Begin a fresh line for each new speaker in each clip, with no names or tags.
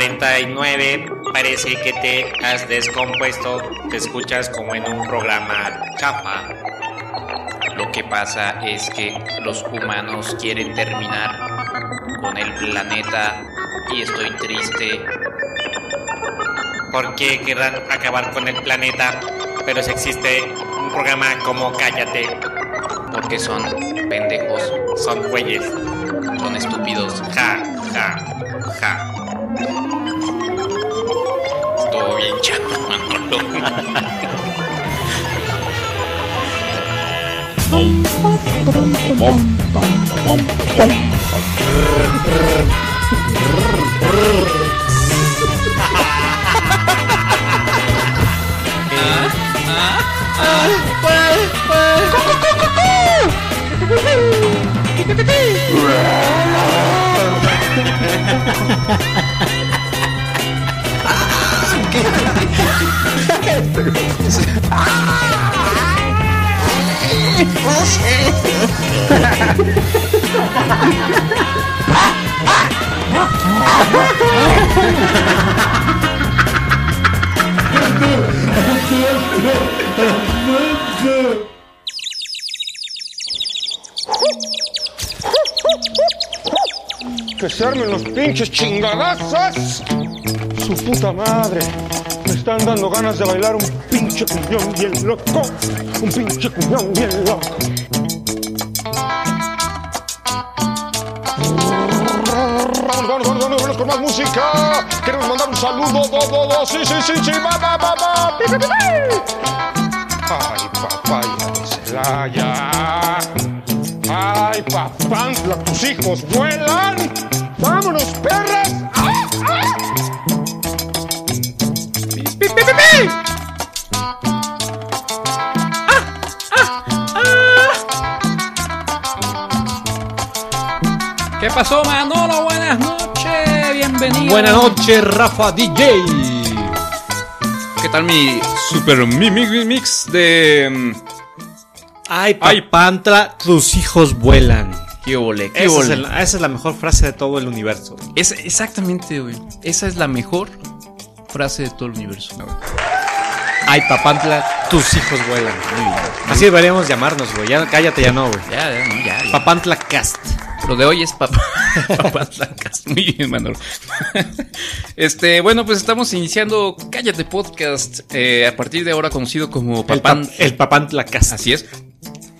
R49, parece que te has descompuesto, te escuchas como en un programa chapa.
Lo que pasa es que los humanos quieren terminar con el planeta y estoy triste.
¿Por qué querrán acabar con el planeta? Pero si existe un programa como Cállate,
Porque son pendejos,
son güeyes.
son estúpidos.
Ja, ja, ja.
Estuvo bien chato, Manolo.
¡Que se armen los pinches chingadazos! ¡Su puta madre! Me están dando ganas de bailar un pinche cuñón bien loco. Un pinche cuñón bien loco. Vámonos, vámonos, vámonos, vámonos con más música. Queremos mandar un saludo, do, do, do. Sí, sí, sí, sí, va, va, va, va. Pi, pi, pi, pi. Ay, papaya de Celaya. ¡Ay, papantla, tus hijos vuelan! ¡Vámonos, perras! ¡Ah, ah! ¡Pi, pi, pi, pi, pi!
¿Qué pasó, Manolo? Buenas noches, bienvenido.
Buenas noches, Rafa DJ.
¿Qué tal mi super mi- mi- mi- mix de... mm,
Ay, papantla, tus hijos vuelan.
¿Qué ole? ¿Qué
Esa es,
ole?
el- esa es la mejor frase de todo el universo.
Es exactamente, güey. Esa es la mejor frase de todo el universo.
Ay, papantla, tus hijos vuelan. Así deberíamos llamarnos, güey. Ya, cállate, ya no, güey.
Ya, ya, no, ya, ya.
Papantla Cast.
Lo de hoy es papá.
Papantlancas. Muy bien, Manolo. Este, bueno, pues estamos iniciando Cállate Podcast, eh, a partir de ahora conocido como
El, pap-
Papán.
el Papantla Cast.
Así es.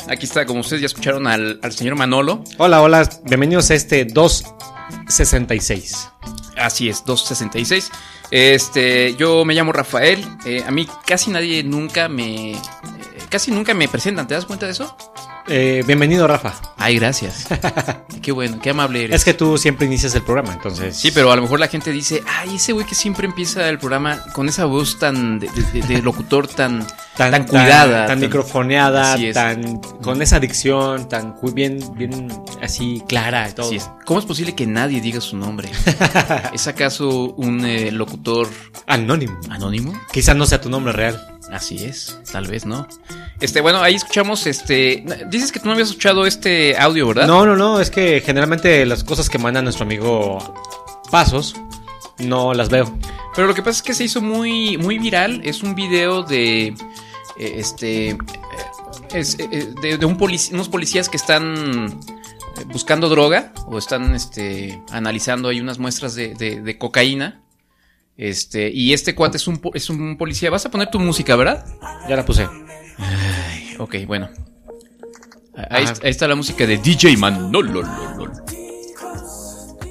Aquí está, como ustedes ya escucharon al, al señor Manolo.
Hola, hola. Bienvenidos a este 266.
Así es, 266. Este, yo me llamo Rafael. Eh, a mí casi nadie nunca me... eh, Casi nunca me presentan, ¿te das cuenta de eso?
Eh, bienvenido, Rafa.
Ay, gracias. Qué bueno, qué amable eres.
Es que tú siempre inicias el programa, entonces.
Sí, pero a lo mejor la gente dice, ay, ese güey que siempre empieza el programa con esa voz tan de, de- de- de locutor tan, tan, cuidada.
tan, microfoneada,
Así es.
tan con esa dicción, tan cu- bien, bien así clara y todo.
Así es. ¿Cómo es posible que nadie diga su nombre? ¿Es acaso un eh, locutor
Anónimo.
anónimo?
Quizás no sea tu nombre real.
Así es, tal vez no. Este, bueno, ahí escuchamos, este, dices que tú no habías escuchado este audio, ¿verdad?
No, no, no, es que generalmente las cosas que manda nuestro amigo Pasos no las veo.
Pero lo que pasa es que se hizo muy, muy viral. Es un video de. eh, este. eh, es, eh, eh, de, de un polic- unos policías que están eh, buscando droga o están este, analizando ahí unas muestras de, de- de cocaína. Este, y este cuate es un, po- es un policía. Vas a poner tu música, ¿verdad?
Ya la puse.
Ok, bueno. Ahí, ahí está la música de DJ Manolo. lo, lo, lo.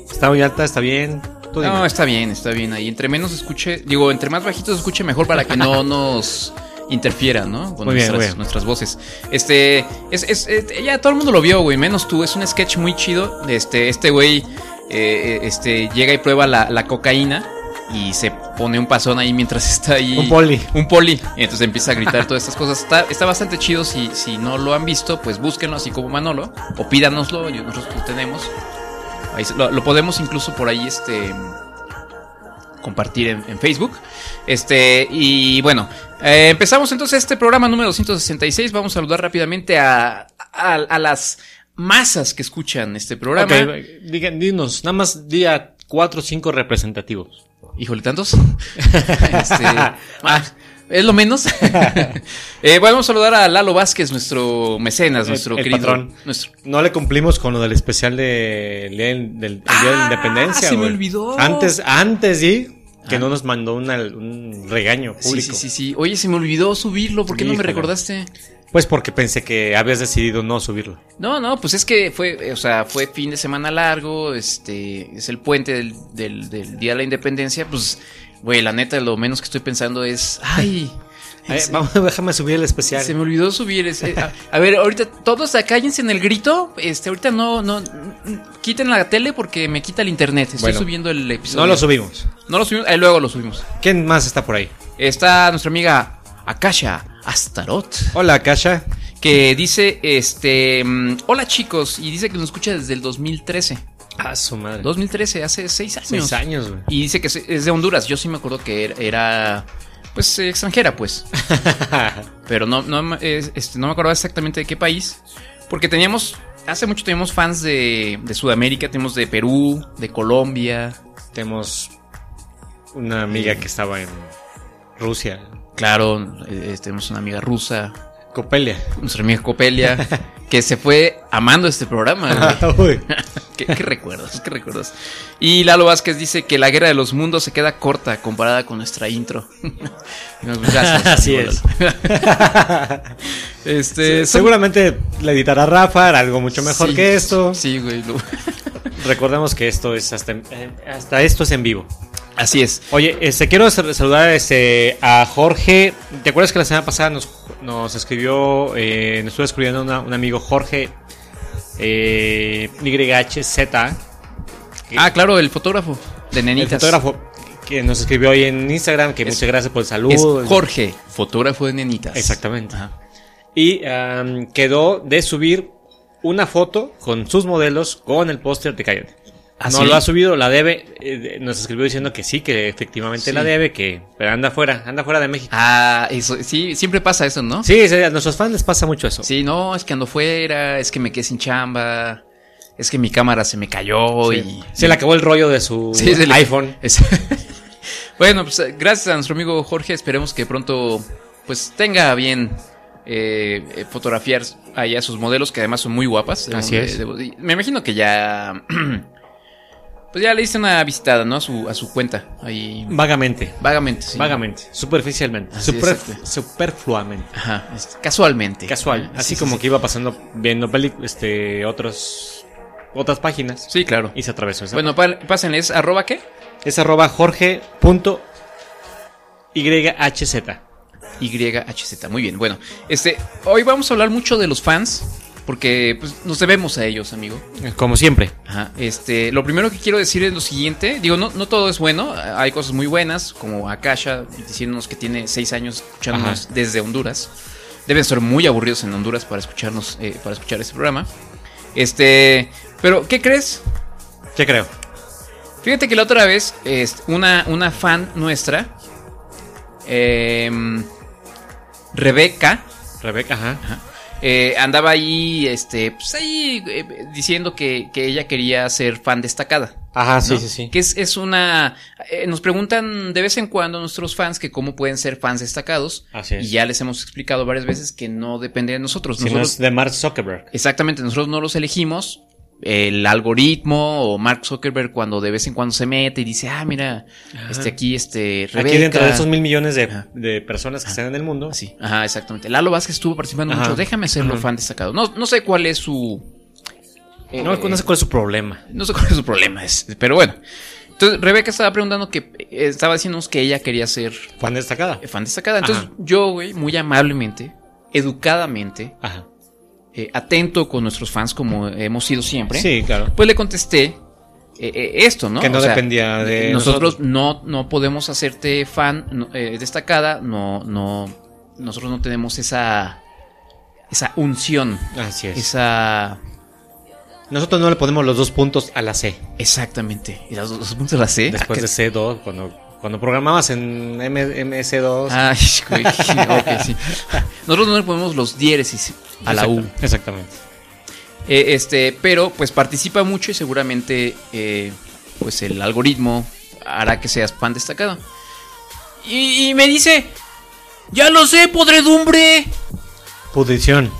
Está muy alta, está bien. Tú dime.
No, está bien, está bien. Ahí entre menos escuche, digo, entre más bajito se escuche mejor para que no nos interfiera, ¿no? Con
Muy bien,
nuestras,
muy bien.
nuestras voces. Este, es, es- es- ya todo el mundo lo vio, güey, menos tú. Es un sketch muy chido. Este, este güey, eh, este, llega y prueba la, la cocaína y se pone un pasón ahí mientras está ahí.
Un poli.
Un poli. Entonces empieza a gritar todas estas cosas. Está, está bastante chido. Si, si no lo han visto, pues búsquenlo así como Manolo. O pídanoslo. yo- Nosotros lo tenemos. Ahí se- lo, lo podemos incluso por ahí este compartir en, en Facebook. Este, y bueno, eh, empezamos entonces este programa número 266. Vamos a saludar rápidamente a, a- a las masas que escuchan este programa.
Ok, diga- dinos, nada más di a cuatro o cinco representativos.
Híjole, tantos. Este, ah, es lo menos. Eh, bueno, vamos a saludar a Lalo Vázquez, nuestro mecenas,
El-
nuestro
el
querido.
patrón.
Nuestro,
No le cumplimos con lo del especial de, del, del- el Día de la
Ah,
Independencia.
se me
güey.
olvidó. Ah.
Antes, antes sí, que no nos mandó una- un regaño
sí,
público.
sí, sí, sí. Oye, se me olvidó subirlo. ¿Por qué no me
Híjole.
recordaste?
Pues porque pensé que habías decidido no subirlo.
No, no, pues es que fue, eh, o sea, fue fin de semana largo, este, es el puente del, del- del Día de la Independencia, pues, güey, la neta, lo menos que estoy pensando es, ay,
Eh,
se,
vamos, déjame subir el especial.
se me olvidó subir ese, a, a ver, ahorita, todos acá, cállense en el grito, este, ahorita no, no, n- quiten la tele porque me quita el internet, estoy
Bueno,
subiendo el episodio.
No lo subimos.
No lo subimos, ahí luego lo subimos.
¿Quién más está por ahí?
Está nuestra amiga Akasha Astaroth.
Hola, Kasha.
que dice este mm, hola chicos y dice que nos escucha desde el 2013
Ah, su madre.
2013 hace seis años
Seis años, güey.
y dice que se- es de Honduras yo sí me acuerdo que era, era, pues eh, extranjera pues pero no no me- es- este, no me acordaba exactamente de qué país porque teníamos hace mucho teníamos fans de, de Sudamérica tenemos de Perú de Colombia
Tenemos una amiga que estaba en Rusia.
claro eh, eh, tenemos una amiga rusa
Copelia.
nuestra amiga Copelia que se fue amando este programa güey.
Ah, Uy.
¿Qué, qué recuerdos? ¿Qué recuerdos? Y Lalo Vázquez dice que la guerra de los mundos se queda corta comparada con nuestra intro. Gracias.
Así
amigo
es.
Lalo. este, son-
Seguramente la editará Rafa, era algo mucho mejor
sí,
que esto.
Sí, güey. lo-
Recordemos que esto es hasta, en- eh, hasta esto es en vivo.
Así es.
Oye, este, quiero sal- saludar este, a Jorge. ¿Te acuerdas que la semana pasada nos, nos escribió, eh, nos estuvo escribiendo una- un amigo Jorge eh, YHZ? que-
Ah, claro, el fotógrafo de
el
nenitas.
fotógrafo que nos escribió hoy en Instagram, que muchas gracias por el
Es
saludo.
Jorge, fotógrafo de nenitas.
Exactamente.
Ajá.
Y am, quedó de subir una foto con sus modelos con el póster de Coyote.
¿Ah,
no
sí?
lo ha subido, la debe. eh, de- nos escribió diciendo que sí, que efectivamente
Sí.
la debe, que pero anda fuera, anda fuera de México.
Ah, eso, sí, siempre pasa eso, ¿no?
Sí, sí, a nuestros fans les pasa mucho eso.
Sí, no, es que ando fuera, es que me quedé sin chamba, es que mi cámara se me cayó
Sí.
y...
Se le acabó el rollo de su
Sí, es el-
iPhone.
es- bueno, pues eh, gracias a nuestro amigo Jorge. Esperemos que pronto pues tenga a bien eh, eh, fotografiar allá sus modelos, que además son muy guapas. debo-
Así es.
debo- y me imagino que ya. pues ya le hice una visitada, ¿no? A su, a su cuenta. Ahí.
Vagamente.
Vagamente, sí.
Vagamente. Superficialmente.
Así es, este.
superf-
exacto.
superfluamente.
Ajá. es- Casualmente.
Casual.
Ah, sí,
Así
sí,
como
sí.
que iba pasando viendo peli, este, otros, otras páginas.
Sí, claro.
Y se atravesó esa
Bueno, pa- pásenle, ¿es arroba qué?
Es arroba jorge punto YHZ.
YHZ. Muy bien, bueno. Este, hoy vamos a hablar mucho de los fans. Porque pues, nos debemos a ellos, amigo.
Como siempre.
Ajá, este, lo primero que quiero decir es lo siguiente. Digo, no, no todo es bueno. Hay cosas muy buenas, como Akasha diciéndonos que tiene seis años escuchándonos desde Honduras. Deben ser muy aburridos en Honduras para escucharnos, eh, para escuchar este programa. Este, pero ¿qué crees?
¿Qué creo?
Fíjate que la otra vez, este, una, una fan nuestra, em, Rebeca,
Rebeca, ajá.
eh, andaba ahí, este, pues ahí eh, diciendo que, que ella quería ser fan destacada.
Ajá,
¿no? Que es, es una. eh, nos preguntan de vez en cuando nuestros fans que cómo pueden ser fans destacados.
Así es.
Y ya les hemos explicado varias veces que no depende de nosotros.
Si no
Nosotros-
es de Mark Zuckerberg.
Exactamente, nosotros no los elegimos. El algoritmo o Mark Zuckerberg cuando de vez en cuando se mete y dice, ah, mira, este aquí, este,
Aquí dentro de
Rebeca".
esos mil millones de,
Ajá.
de personas que están en el mundo.
Sí, ajá, exactamente. Lalo Vázquez estuvo participando
Ajá.
mucho. Déjame serlo
Ajá.
fan destacado. No, no sé cuál es su.
No,
eh,
no sé cuál es su problema.
No sé cuál es su problema, es- pero bueno. Entonces, Rebeca estaba preguntando que eh, estaba diciéndonos que ella quería ser
Fan destacada.
eh, fan destacada. Entonces,
Ajá.
yo, güey, muy amablemente, educadamente,
Ajá.
eh, atento con nuestros fans como hemos sido siempre,
Sí, claro.
pues le contesté eh, eh, esto, ¿no?
Que no
O sea,
dependía de
Nosotros, no, no podemos hacerte fan no, eh, destacada, no, no, nosotros no tenemos esa, esa unción,
Así es.
esa...
Nosotros no le ponemos los dos puntos a la C.
Exactamente. Y las dos- los puntos de la C.
Después
Ah,
de C2, cuando, cuando programabas en M- MS2.
Ay, güey, ok, sí. Nosotros no le ponemos los diéresis a la U.
Exacta- Exactamente.
Eh, este, pero pues participa mucho y seguramente eh, pues el algoritmo hará que seas pan destacado. Y, y me dice, ya lo sé, podredumbre.
Pudrición.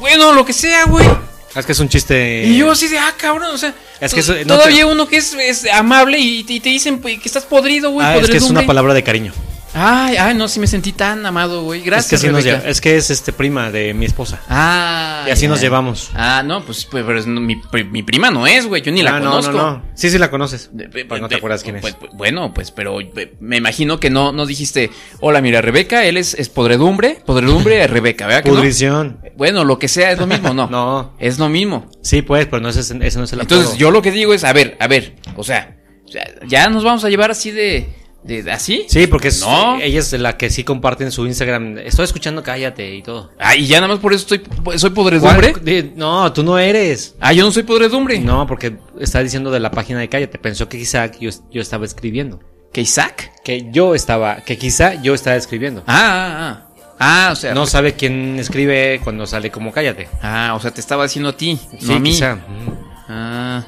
Bueno, lo que sea, güey.
Es que es un chiste.
Y yo así de, ah, cabrón, o sea,
Eh. Es que eso-
to-
no
todavía
te-
uno que es, es amable y, y te dicen pues, que estás podrido, güey.
Ah, es que es
podredumbre.
una palabra de cariño.
Ay, ay, no, sí me sentí tan amado, güey. Gracias,
es que así nos
Rebeca.
lleva- es que es este prima de mi esposa.
Ah,
y así
ya.
nos llevamos.
Ah, no, pues, pues, pero es- no, mi, pri- mi prima no es, güey. Yo ni la
Ah,
conozco.
No, no, no. Sí, sí la conoces.
De- de-
Pero no te
de-
acuerdas quién es.
pues, pues, bueno, pues, pero eh, me imagino que no, no dijiste, hola, mira, Rebeca, él es, es podredumbre, podredumbre, Rebeca, ¿verdad? que no?
Pudrición.
Bueno, lo que sea es lo mismo, ¿no?
No.
Es lo mismo.
Sí, pues, pero no es, ese ese no es el apodo.
Entonces, yo lo que digo es, a ver, a ver, o sea, o sea, ya nos vamos a llevar así de, de- ¿así?
Sí, porque es, eh,
No.
ella es la que sí comparte en su Instagram. Estoy escuchando Cállate y todo.
Ah, y ya nada más por eso estoy, soy podredumbre.
¿Cuál? De- No, tú no eres.
Ah, yo no soy podredumbre.
No, porque está diciendo de la página de Cállate. Pensó que quizá yo, yo estaba escribiendo.
¿Que Isaac?
Que yo estaba, que quizá yo estaba escribiendo.
Ah, ah, ah. Ah, o sea,
No sabe quién escribe cuando sale como Cállate.
ah, o sea, te estaba diciendo a ti,
Sí,
no a mí.
quizá. Mm.
Ah.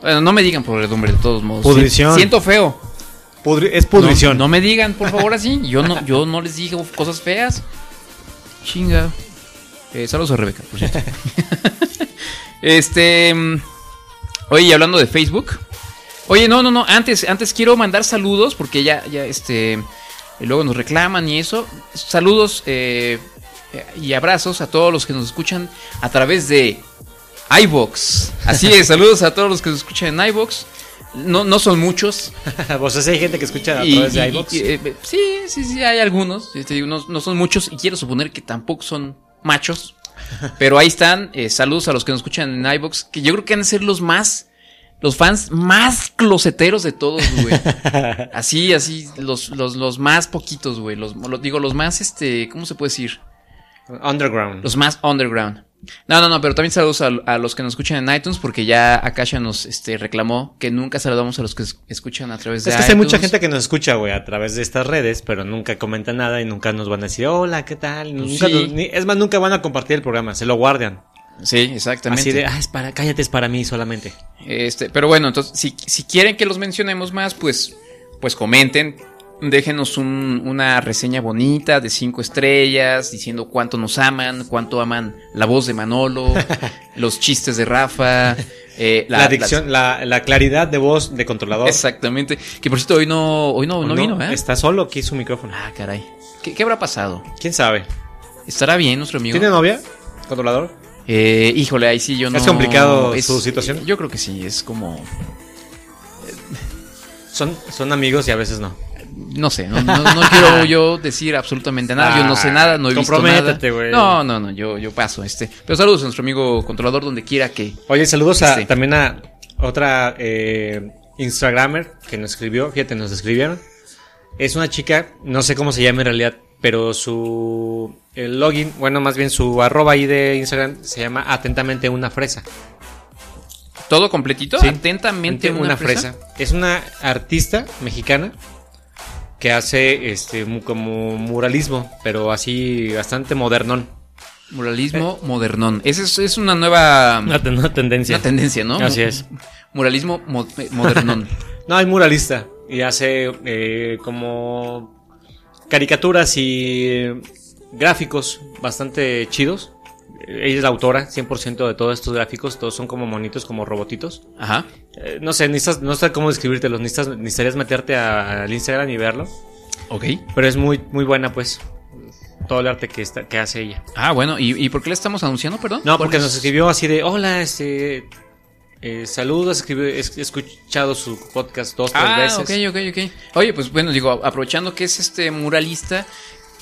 Bueno, no me digan podredumbre de todos modos.
Pudrición.
Si- Siento feo.
Pudri- es
No-
pudrición.
No, me digan, por favor, así. Yo no, yo no les digo cosas feas. Chinga. Eh, saludos a Rebeca, por cierto. este. mm, Oye, y hablando de Facebook. Oye, no, no, no. Antes, antes quiero mandar saludos porque ya, ya, este. eh, Luego nos reclaman y eso. Saludos eh, eh, y abrazos a todos los que nos escuchan a través de iVox. Así es, saludos a todos los que nos escuchan en iVox. No, no son muchos,
Vos hay gente que escucha a
y-
través de
y-
iVoox.
y- eh, sí, sí, sí, hay algunos. Yo te digo, no, no son muchos y quiero suponer que tampoco son machos. Pero ahí están. eh, saludos a los que nos escuchan en iBox, que yo creo que han de ser los más, los fans más closeteros de todos, güey. Así, así, los, los, los más poquitos, güey. Los, los- digo, los más, este, ¿cómo se puede decir?
Underground.
Los más underground. No, no, no, pero también saludos a, a los que nos escuchan en iTunes, porque ya Akasha nos este, reclamó que nunca saludamos a los que es- escuchan a través de
Es que
iTunes.
hay mucha gente que nos escucha, güey, a través de estas redes, pero nunca comenta nada y nunca nos van a decir, hola, ¿qué tal? Nunca
sí.
nos- ni- es más, nunca van a compartir el programa, se lo guardan.
Sí, exactamente.
Así de, ah, es para, cállate, es para mí solamente.
Este, pero bueno, entonces, si, si quieren que los mencionemos más, pues, pues comenten. Déjenos un- una reseña bonita de cinco estrellas, diciendo cuánto nos aman, cuánto aman la voz de Manolo, los chistes de Rafa, eh,
La, adicción, la, la claridad de voz de controlador.
exactamente. Que por cierto, hoy no, hoy no,
¿O
no vino, ¿eh?
Está solo aquí su micrófono.
Ah, caray. ¿Qué, qué habrá pasado?
¿Quién sabe?
¿Estará bien nuestro amigo?
¿Tiene novia? ¿Controlador?
Eh, híjole, ahí sí yo no. eh,
¿Es complicado su situación?
Yo creo que sí, es como.
Son, son amigos y a veces no.
No sé, no, no- no quiero yo decir absolutamente nada. yo no sé nada, no he visto nada.
Ah, Comprométete, güey.
No, no, no, yo, yo paso. Este. Pero saludos a nuestro amigo controlador donde quiera que.
Oye, saludos a,
Sí.
también a otra eh, Instagramer que nos escribió. Fíjate, nos escribieron. Es una chica, no sé cómo se llama en realidad, pero su el login, bueno, más bien su arroba ahí de Instagram se llama atentamente una fresa.
Todo completito,
Sí.
atentamente
Atentamente
una, fresa.
Es una artista mexicana que hace este mu- como muralismo, pero así bastante modernón.
Muralismo modernón. Esa es, es una nueva
Eh. Una, ten- una tendencia.
una tendencia, ¿no?
Así es.
Muralismo mo- eh, modernón.
No, es muralista. Y hace eh, como caricaturas y eh, gráficos bastante chidos. Ella es la autora, 100% de todos estos gráficos. Todos son como monitos, como robotitos.
Ajá.
Eh, no sé, necesitas- no sé cómo describírtelos. Necesitas, necesitarías meterte a- al Instagram y verlo.
Ok.
Pero es muy, muy buena, pues. Todo el arte que, está, que hace ella.
Ah, bueno, ¿y, y por qué le estamos anunciando, perdón?
No,
¿Cuál
porque
es?
nos escribió así de: Hola, este. eh, saludos, escribió- he escuchado su podcast dos, tres
Ah,
veces.
ok, ok, ok. Oye, pues bueno, digo, aprovechando que es este muralista,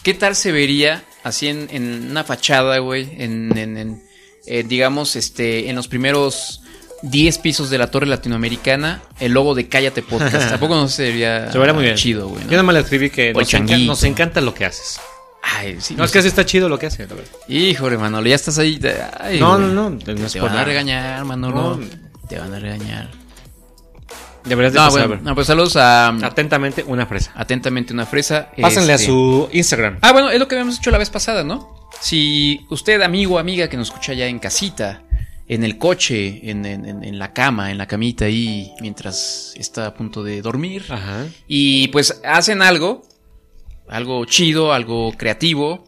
¿qué tal se vería así en, en una fachada, güey? En, en- en, eh, digamos, este, en los primeros 10 pisos de la Torre Latinoamericana, el logo de Cállate Podcast. Tampoco no sería
Se vería muy bien.
chido, güey. ¿no?
Yo nada más le escribí
O
que
el
nos, enca-
changuito.
nos encanta lo que haces.
Ay, sí.
No, es que así está chido lo que hace, la verdad.
Híjole, Manolo, ya estás ahí. te- ay,
No,
güey.
no, no, no es
Te
por
van a
nada.
regañar, Manolo.
No.
Te van a regañar.
Deberías de
No,
pasar a
bueno,
ver.
no, pues saludos a...
Atentamente, una fresa.
Atentamente una fresa.
Pásenle
este-
a su Instagram.
Ah, bueno, es lo que habíamos hecho la vez pasada, ¿no? Si usted, amigo, amiga que nos escucha ya en casita, en el coche, en, en- en- en la cama, en la camita ahí, mientras está a punto de dormir.
Ajá.
Y pues hacen algo, algo chido, algo creativo.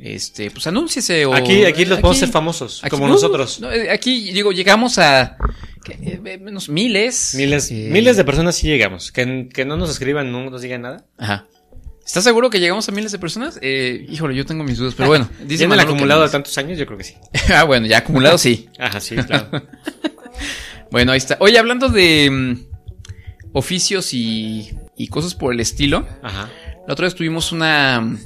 Este, pues anúnciese o.
Aquí, aquí los podemos ser famosos,
aquí-
como
no,
nosotros.
no, eh, aquí, digo, llegamos a. ¿qué? Eh, menos miles.
Miles,
eh,
miles de personas sí llegamos. Que, que no nos escriban, no nos digan nada.
Ajá. ¿Estás seguro que llegamos a miles de personas? Eh, híjole, yo tengo mis dudas, pero bueno.
¿Ya
dice
en el
Manolo que
acumulado de
miles.
tantos años? Yo creo que sí.
ah, bueno, ya acumulado sí.
Ajá, sí, claro.
Bueno, ahí está. Oye, hablando de mm, oficios y, y cosas por el estilo,
Ajá.
la otra vez tuvimos una mm,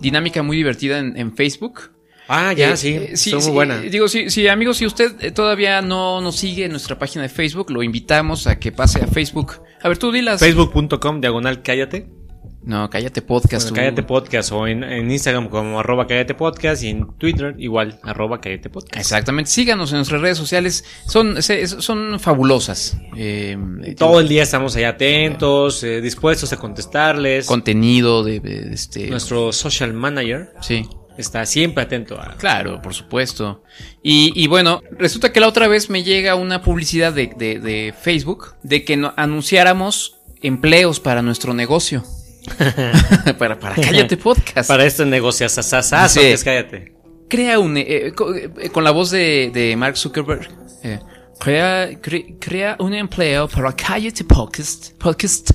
dinámica muy divertida en, en Facebook.
Ah, ya,
Eh,
sí.
eh,
estuvo muy buena.
eh, Digo, sí, sí, amigos, si usted eh, todavía no nos sigue en nuestra página de Facebook, lo invitamos a que pase a Facebook. A ver, tú dilas.
Facebook.com, diagonal, cállate.
No, cállate podcast. tú.
Bueno, cállate podcast o en, en Instagram como arroba cállate podcast y en Twitter igual arroba cállate podcast.
Exactamente. Síganos en nuestras redes sociales. Son, se- son fabulosas. Eh,
Todo el día estamos ahí atentos, eh, dispuestos a contestarles.
contenido de, de- de este.
Nuestro social manager
Sí.
está siempre atento a...
Claro, por supuesto. Y, y bueno, resulta que la otra vez me llega una publicidad de, de- de Facebook de que no- anunciáramos empleos para nuestro negocio. para, para Cállate Podcast.
Para este negocio asasasazo
Sí.
que es cállate.
Crea un... eh, eh, co- eh, con la voz de, de Mark Zuckerberg. eh, crea, cre- crea un empleo para Cállate Podcast. Podcast.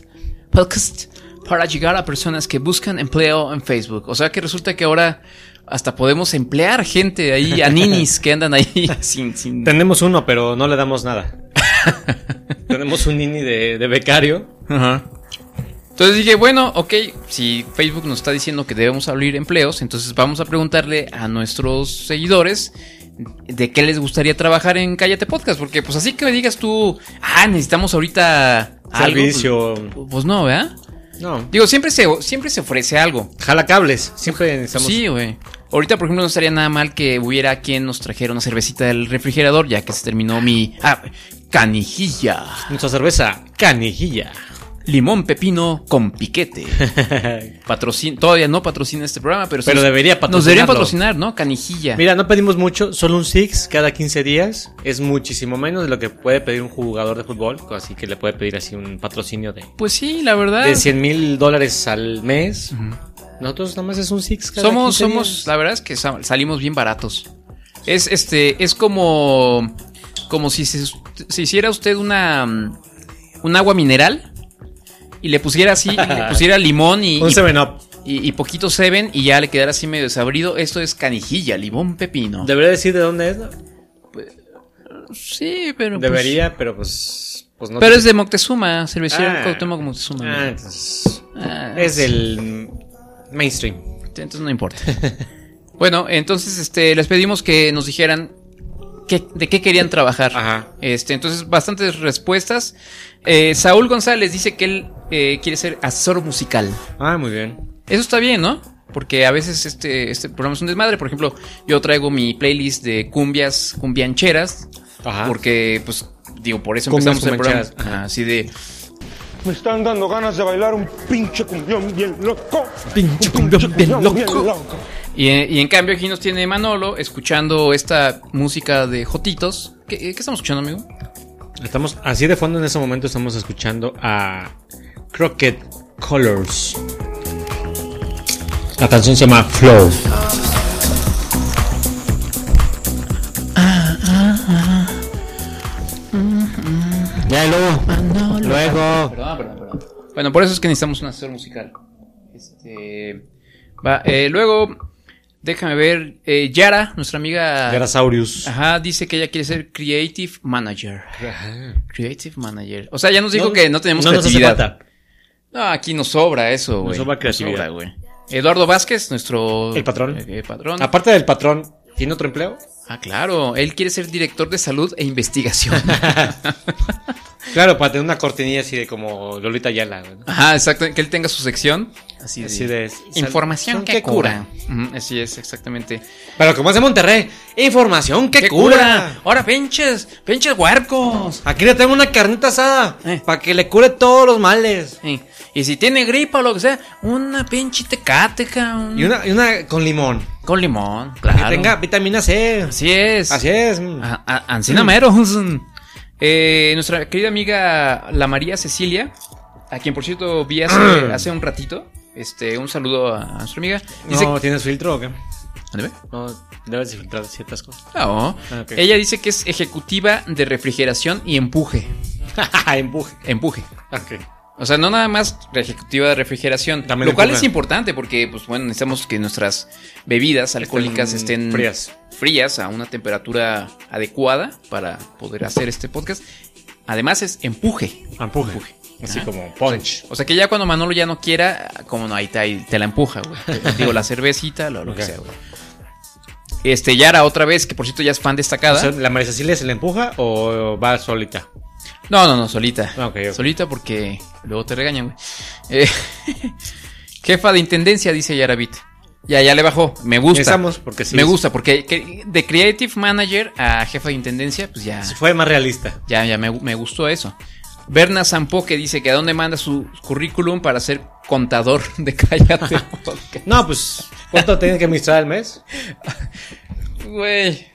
Podcast. Para llegar a personas que buscan empleo en Facebook. O sea que resulta que ahora... Hasta podemos emplear gente ahí, a ninis que andan ahí sin, sin
Tenemos uno, pero no le damos nada. Tenemos un nini de, de becario.
Entonces dije, bueno, ok, si Facebook nos está diciendo que debemos abrir empleos, entonces vamos a preguntarle a nuestros seguidores de qué les gustaría trabajar en Cállate Podcast, porque pues así que me digas tú, ah, necesitamos ahorita algo,
Servicio.
Pues, pues no, ¿verdad?
No.
Digo, siempre se, siempre se ofrece algo.
Jala cables. Siempre necesitamos...
Sí, güey. Ahorita, por ejemplo, no estaría nada mal que hubiera quien nos trajera una cervecita del refrigerador, ya que se terminó mi... Ah, canijilla.
Nuestra cerveza canijilla.
Limón pepino con piquete. Patrocin todavía no patrocina este programa, pero,
Pero
sí-
debería patrocinarlo.
nos deberían patrocinar, ¿no? Canijilla.
Mira, no pedimos mucho, solo un six cada 15 días. Es muchísimo menos de lo que puede pedir un jugador de fútbol, así que le puede pedir así un patrocinio de,
Pues sí, la verdad.
de 100 mil dólares al mes. Nosotros nada más es un six cada
somos,
15
somos,
días.
la verdad es que sa- salimos bien baratos. Es este, es como, como si se, se hiciera usted una, mm, un agua mineral y le pusiera así, le pusiera limón y,
Un
y,
7-up.
y- y poquito seven y ya le quedara así medio desabrido. Esto es canijilla, limón pepino.
Debería decir de dónde es. ¿no?
sí, pero. pues-
Debería, pero pues. pues no
pero es de Moctezuma, cervecera
Ah.
Cuauhtémoc Moctezuma.
Ah,
amigo.
entonces,
Ah,
es del mainstream.
Entonces no importa. bueno, entonces este, les pedimos que nos dijeran qué- de qué querían trabajar.
Ajá.
Este, entonces, bastantes respuestas. Eh, Saúl González dice que él eh, quiere ser asesor musical.
Ah, muy bien.
Eso está bien, ¿no? Porque a veces este, este programa es un desmadre. Por ejemplo, yo traigo mi playlist de cumbias, cumbiancheras.
Ajá.
Porque, pues, digo, por eso
Cumbias
empezamos el programa.
cumbiancheras, ajá.
Así de.
Me están dando ganas de bailar un pinche cumbión bien loco.
Pinche
Un
cumbión bien
cumbión
loco.
Y, y en cambio, aquí nos tiene Manolo escuchando esta música de Jotitos. ¿Qué, qué estamos escuchando, amigo?
Estamos así de fondo en ese momento. Estamos escuchando a Crockett Colors. La canción se llama Flow. Ya luego. Luego.
Perdón, perdón, perdón. Bueno, por eso es que necesitamos un asesor musical. Este. Va, eh, luego, déjame ver. eh, Yara, nuestra amiga.
Garasaurus.
Ajá, dice que ella quiere ser Creative Manager. Creative Manager. O sea, ya nos dijo que no tenemos
nos hace
creatividad.
falta.
No, aquí nos sobra eso, güey.
sobra creatividad.
sobra, güey. Eduardo Vázquez, nuestro.
El patrón. Ah,
eh, eh, patrón.
Aparte del patrón, ¿tiene otro empleo?
Ah, claro. Él quiere ser director de salud e investigación.
Claro, para tener una cortinilla así de como Lolita Yala.
Ajá, exacto. Que él tenga su sección. Así,
Así
de.
de- sal-
Información
son
que cura. Ujú, así es, exactamente.
Pero como es de Monterrey, información que cura.
Ahora, pinches, pinches huercos.
Aquí le tengo una carnita asada
Eh.
para que le cure todos los males.
Sí, Y si tiene gripa o lo que sea, una pinche tecate, cabrón.
Y una, y una con limón.
Con limón, claro.
Que tenga vitamina C.
Así es.
Así es. Mm.
A- a- Ancina Meros. Eh, nuestra querida amiga la María Cecilia, a quien por cierto vi hace,
Mm.
hace un ratito. Este, un saludo a, a nuestra amiga. Dice,
No, ¿tienes filtro o qué?
¿Dónde ve?
No, debes de filtrar ciertas cosas.
No.
Ah, ok.
oh. Ella dice que es ejecutiva de refrigeración y empuje.
Ah, Empuje.
Empuje.
Ok.
O sea, no nada más ejecutiva de refrigeración.
También
lo cual
empuja.
es importante porque, pues bueno, necesitamos que nuestras bebidas alcohólicas
Estén
estén,
frías.
frías a una temperatura adecuada para poder hacer este podcast. Además es empuje.
Empuje. Así
Ajá.
como punch.
O sea que ya cuando Manolo ya no quiera, como no, ahí te, ahí te la empuja, güey. Te- Digo, la cervecita, lo, lo
Ok.
que sea, güey. Este, Yara otra vez, que por cierto ya es fan destacada.
O sea, ¿La María Cecilia se le empuja o va solita?
No, no, no, solita.
Ah, ok, ok.
Solita porque luego te regañan, güey. Eh, jefa de intendencia, dice Yaravit. Ya, ya le bajó. Me gusta.
Pensamos, porque sí
Me
es-
gusta, porque que- de Creative Manager a jefa de intendencia, pues ya,
Fue más realista.
ya, ya me, me gustó eso. Berna Zampo que dice que a dónde manda su currículum para ser contador de Cállate Podcast.
No, pues, ¿cuánto tienes que administrar al mes?
Güey.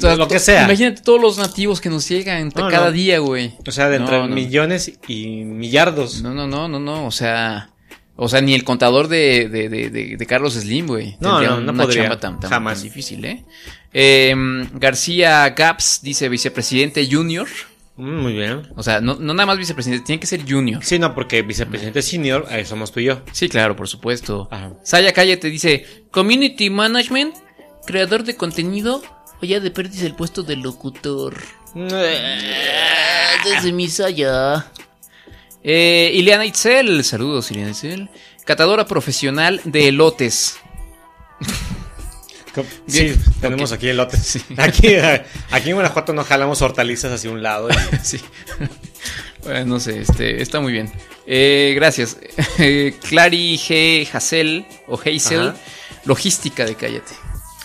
Lo que sea.
Imagínate todos los nativos que nos llegan
No,
cada
no.
día, güey.
O sea, de entre
No, no, no.
millones y millardos. No,
No, no, no, no, no. O sea. O sea, ni el contador de, de, de, de- de Carlos Slim, güey.
No,
Tendría
no, no
una
podría,
chamba tan, tan-
jamás.
tan difícil, ¿eh? Eh, García Gaps dice vicepresidente junior.
Mm, Muy bien.
O sea, no, no nada más vicepresidente, tiene que ser junior.
Sí, no, porque vicepresidente senior, ahí somos tú y yo.
Sí, claro, por supuesto.
Ajá.
Saya Calle te dice community management, creador de contenido. O ya de perdis el puesto de locutor.
Eh. Ah.
Desde mi Saya. Eh, Ileana Itzel, saludos Ileana Itzel. Catadora profesional de elotes.
Co- Sí, pues,
Bien,
tenemos
ok.
aquí elotes. Aquí, aquí en Guanajuato no jalamos hortalizas hacia un lado. y-
Sí. Bueno, no sé, este, está muy bien. Eh, gracias. Eh, Clary G. Hassel o Hazel,
Ajá.
logística de Cállate.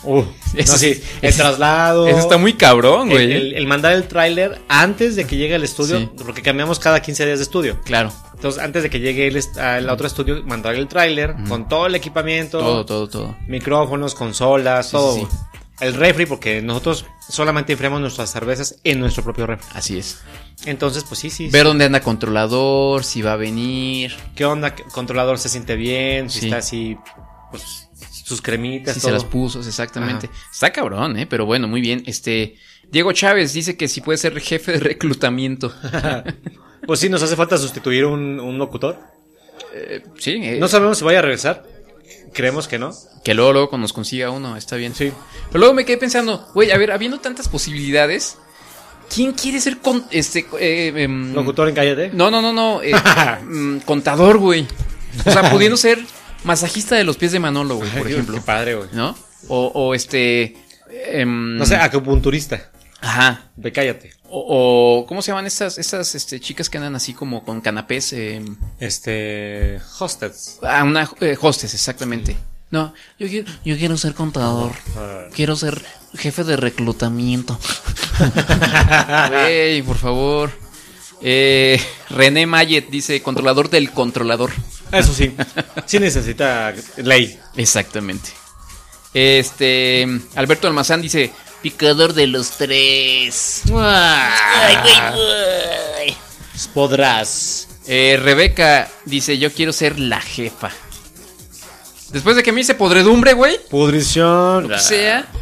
Uh,
Eso-
no, sí, el traslado.
Eso está muy cabrón,
el,
güey. ¿eh?
el- el mandar el tráiler antes de que llegue al estudio,
Sí.
porque cambiamos cada 15 días de estudio.
Claro,
Entonces, antes de que llegue el, est- al otro estudio, mandar el tráiler con todo el equipamiento,
todo, todo, todo.
micrófonos, consolas, todo.
sí, sí.
El refri, porque nosotros solamente enfriamos nuestras cervezas en nuestro propio refri.
Así es.
Entonces, pues sí, sí.
Ver dónde anda controlador, si va a venir,
¿Qué onda? ¿Qué controlador se siente bien? Si
Sí.
está así, pues, sus cremitas,
si
todo.
se las puso, exactamente. Está cabrón, ¿eh? Pero bueno, muy bien. Este, Diego Chávez dice que si puede ser jefe de reclutamiento.
Pues sí, nos hace falta sustituir un, un locutor.
sí, eh,
No sabemos si vaya a regresar. Creemos que no.
que luego, luego cuando nos consiga uno, está bien.
Sí.
Pero luego me quedé pensando, güey, a ver, habiendo tantas posibilidades, ¿quién quiere ser con, este eh, em,
Locutor en Cállate.
No, no, no, no, eh, mm, contador, güey. O sea, pudiendo ser masajista de los pies de Manolo, güey, por
Qué-
ejemplo, Mm.
Qué padre, güey.
¿no? O, o este em,
No sé, ah, acupunturista.
ajá.
De Cállate.
O, o, ¿cómo se llaman estas estas este, chicas que andan así como con canapés? em?
Este. Hostels.
ah, una eh, hostess, exactamente. No, yo quiero, yo quiero ser contador. Quiero ser jefe de reclutamiento.
Ah.
Güey, por favor. Eh, René Mayet dice controlador del controlador.
Eso sí. Sí necesita ley.
Exactamente. Este Alberto Almazán dice picador de los tres.
Podrás.
Eh, Rebeca dice yo quiero ser la jefa. Después de que me hice podredumbre, güey.
Pudrición.
O sea. Ah.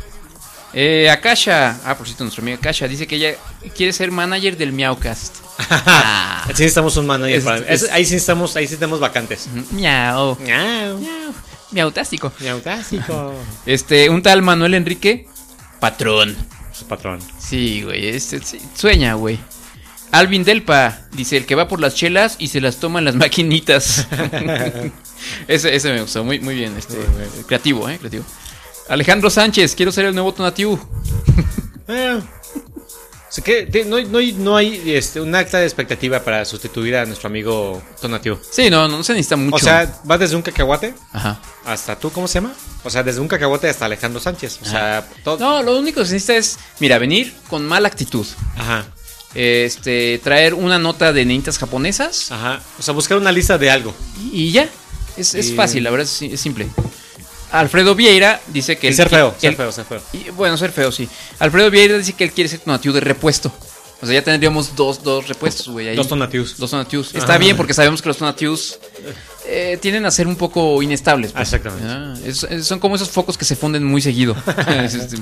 Eh, Akasha, ah, por cierto, nuestra amiga Akasha dice que ella quiere ser manager del Miaucast. Ah,
Sí necesitamos un manager.
Es-
para-
es- Mm.
es- ahí sí necesitamos, ahí sí tenemos vacantes.
miau,
Miau.
miau, miautástico.
Miautásico.
Este, un tal Manuel Enrique, patrón.
Su Pues, patrón.
Sí, güey, este, sí, sueña, güey. Alvin Delpa dice el que va por las chelas y se las toma en las maquinitas. ese, ese me gustó, muy, muy bien, este, creativo, eh, creativo. Alejandro Sánchez, quiero ser el nuevo Tonatiu.
Eh, sea, que te- no, hay- no hay, no hay este, un acta de expectativa para sustituir a nuestro amigo Tonatiuh.
Sí, no, no se necesita mucho.
O sea, va desde un cacahuate
Ajá.
hasta tú, ¿cómo se llama? O sea, desde un cacahuate hasta Alejandro Sánchez. O sea, todo.
Ah. No, lo único que se necesita es, mira, venir con mala actitud.
Ajá,
Este, traer una nota de nenitas japonesas
ajá. O sea, buscar una lista de algo.
y ya. Es, es
Y-
fácil, la verdad, es, si- es simple. Alfredo Vieira dice que...
Y
él
ser
qui-
feo, ser
él-
feo, ser feo.
y, bueno, ser feo, sí. Alfredo Vieira dice que él quiere ser Tonatiuh de repuesto. O sea, ya tendríamos dos, dos repuestos, güey. ahí.
Dos Tonatiuhs.
Dos Tonatiuhs. Está bien porque sabemos que los Tonatiuhs eh, tienden a ser un poco inestables. pues.
Exactamente.
Ah, es- es- son como esos focos que se funden muy seguido. es, es-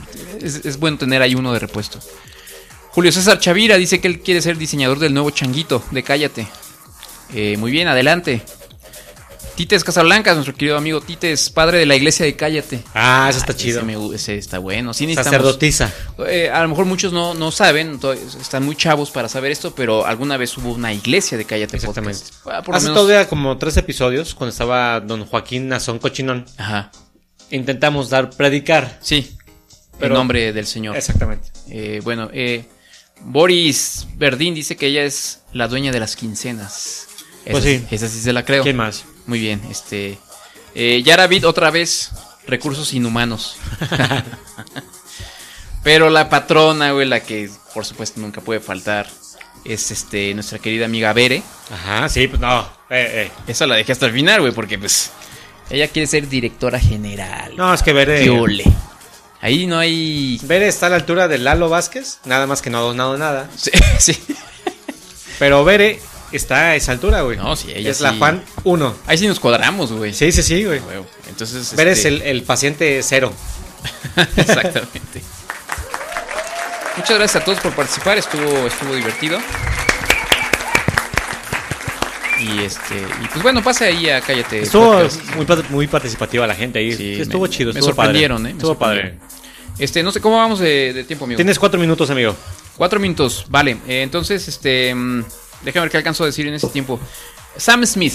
es- es bueno tener ahí uno de repuesto. Julio César Chavira dice que él quiere ser diseñador del nuevo changuito de Cállate. Eh, muy bien, adelante. Tites Casablancas, nuestro querido amigo Tites, padre de la iglesia de Cállate.
Ah, eso está
Ese
chido.
me gu- ese está bueno. Sí necesitamos-
Sacerdotisa.
Eh, a lo mejor muchos no, no saben, to- están muy chavos para saber esto, pero alguna vez hubo una iglesia de Cállate
Exactamente.
Podcast. Ah, por lo
Hace
menos-
todavía como tres episodios, cuando estaba don Joaquín Nazón Cochinón,
Ajá,
intentamos dar predicar.
sí.
Pero-
en nombre del Señor.
Exactamente.
Eh, bueno, eh, Boris Verdín dice que ella es la dueña de las quincenas. Esa,
Pues sí.
Esa sí se la creo.
¿Quién más?
Muy bien, este. Eh, Yaravid otra vez, recursos inhumanos. Pero la patrona, güey, la que por supuesto nunca puede faltar, es este nuestra querida amiga Bere.
Ajá, sí, pues no. Eh, eh.
Esa la dejé hasta el final, güey, porque pues ella quiere ser directora general.
No, es que ver.
¡Qué ole! Ahí no hay...
Ver está a la altura de Lalo Vázquez, nada más que no ha donado nada.
Sí, sí.
Pero Bere está a esa altura, güey.
No, sí, ella
Es la
sí. Este-
Juan 1.
Ahí sí nos cuadramos, güey.
Sí, sí, sí, güey.
Huevo. Entonces...
Ver es
este,
el, el paciente cero.
Exactamente. Muchas gracias a todos por participar, estuvo, estuvo divertido. Y este, y pues bueno, pase ahí a cállate.
Estuvo
Podcast.
muy, pa- muy participativa la gente ahí.
Sí,
estuvo
me-
chido,
me
estuvo
sorprendieron,
padre.
¿eh? Me
Estuvo padre.
sorprendieron. Este, no sé cómo vamos de, de tiempo, amigo.
Tienes cuatro minutos, amigo.
Cuatro minutos, vale. Eh, entonces, este, mm, déjame ver qué alcanzo a decir en ese tiempo. Sam Smith.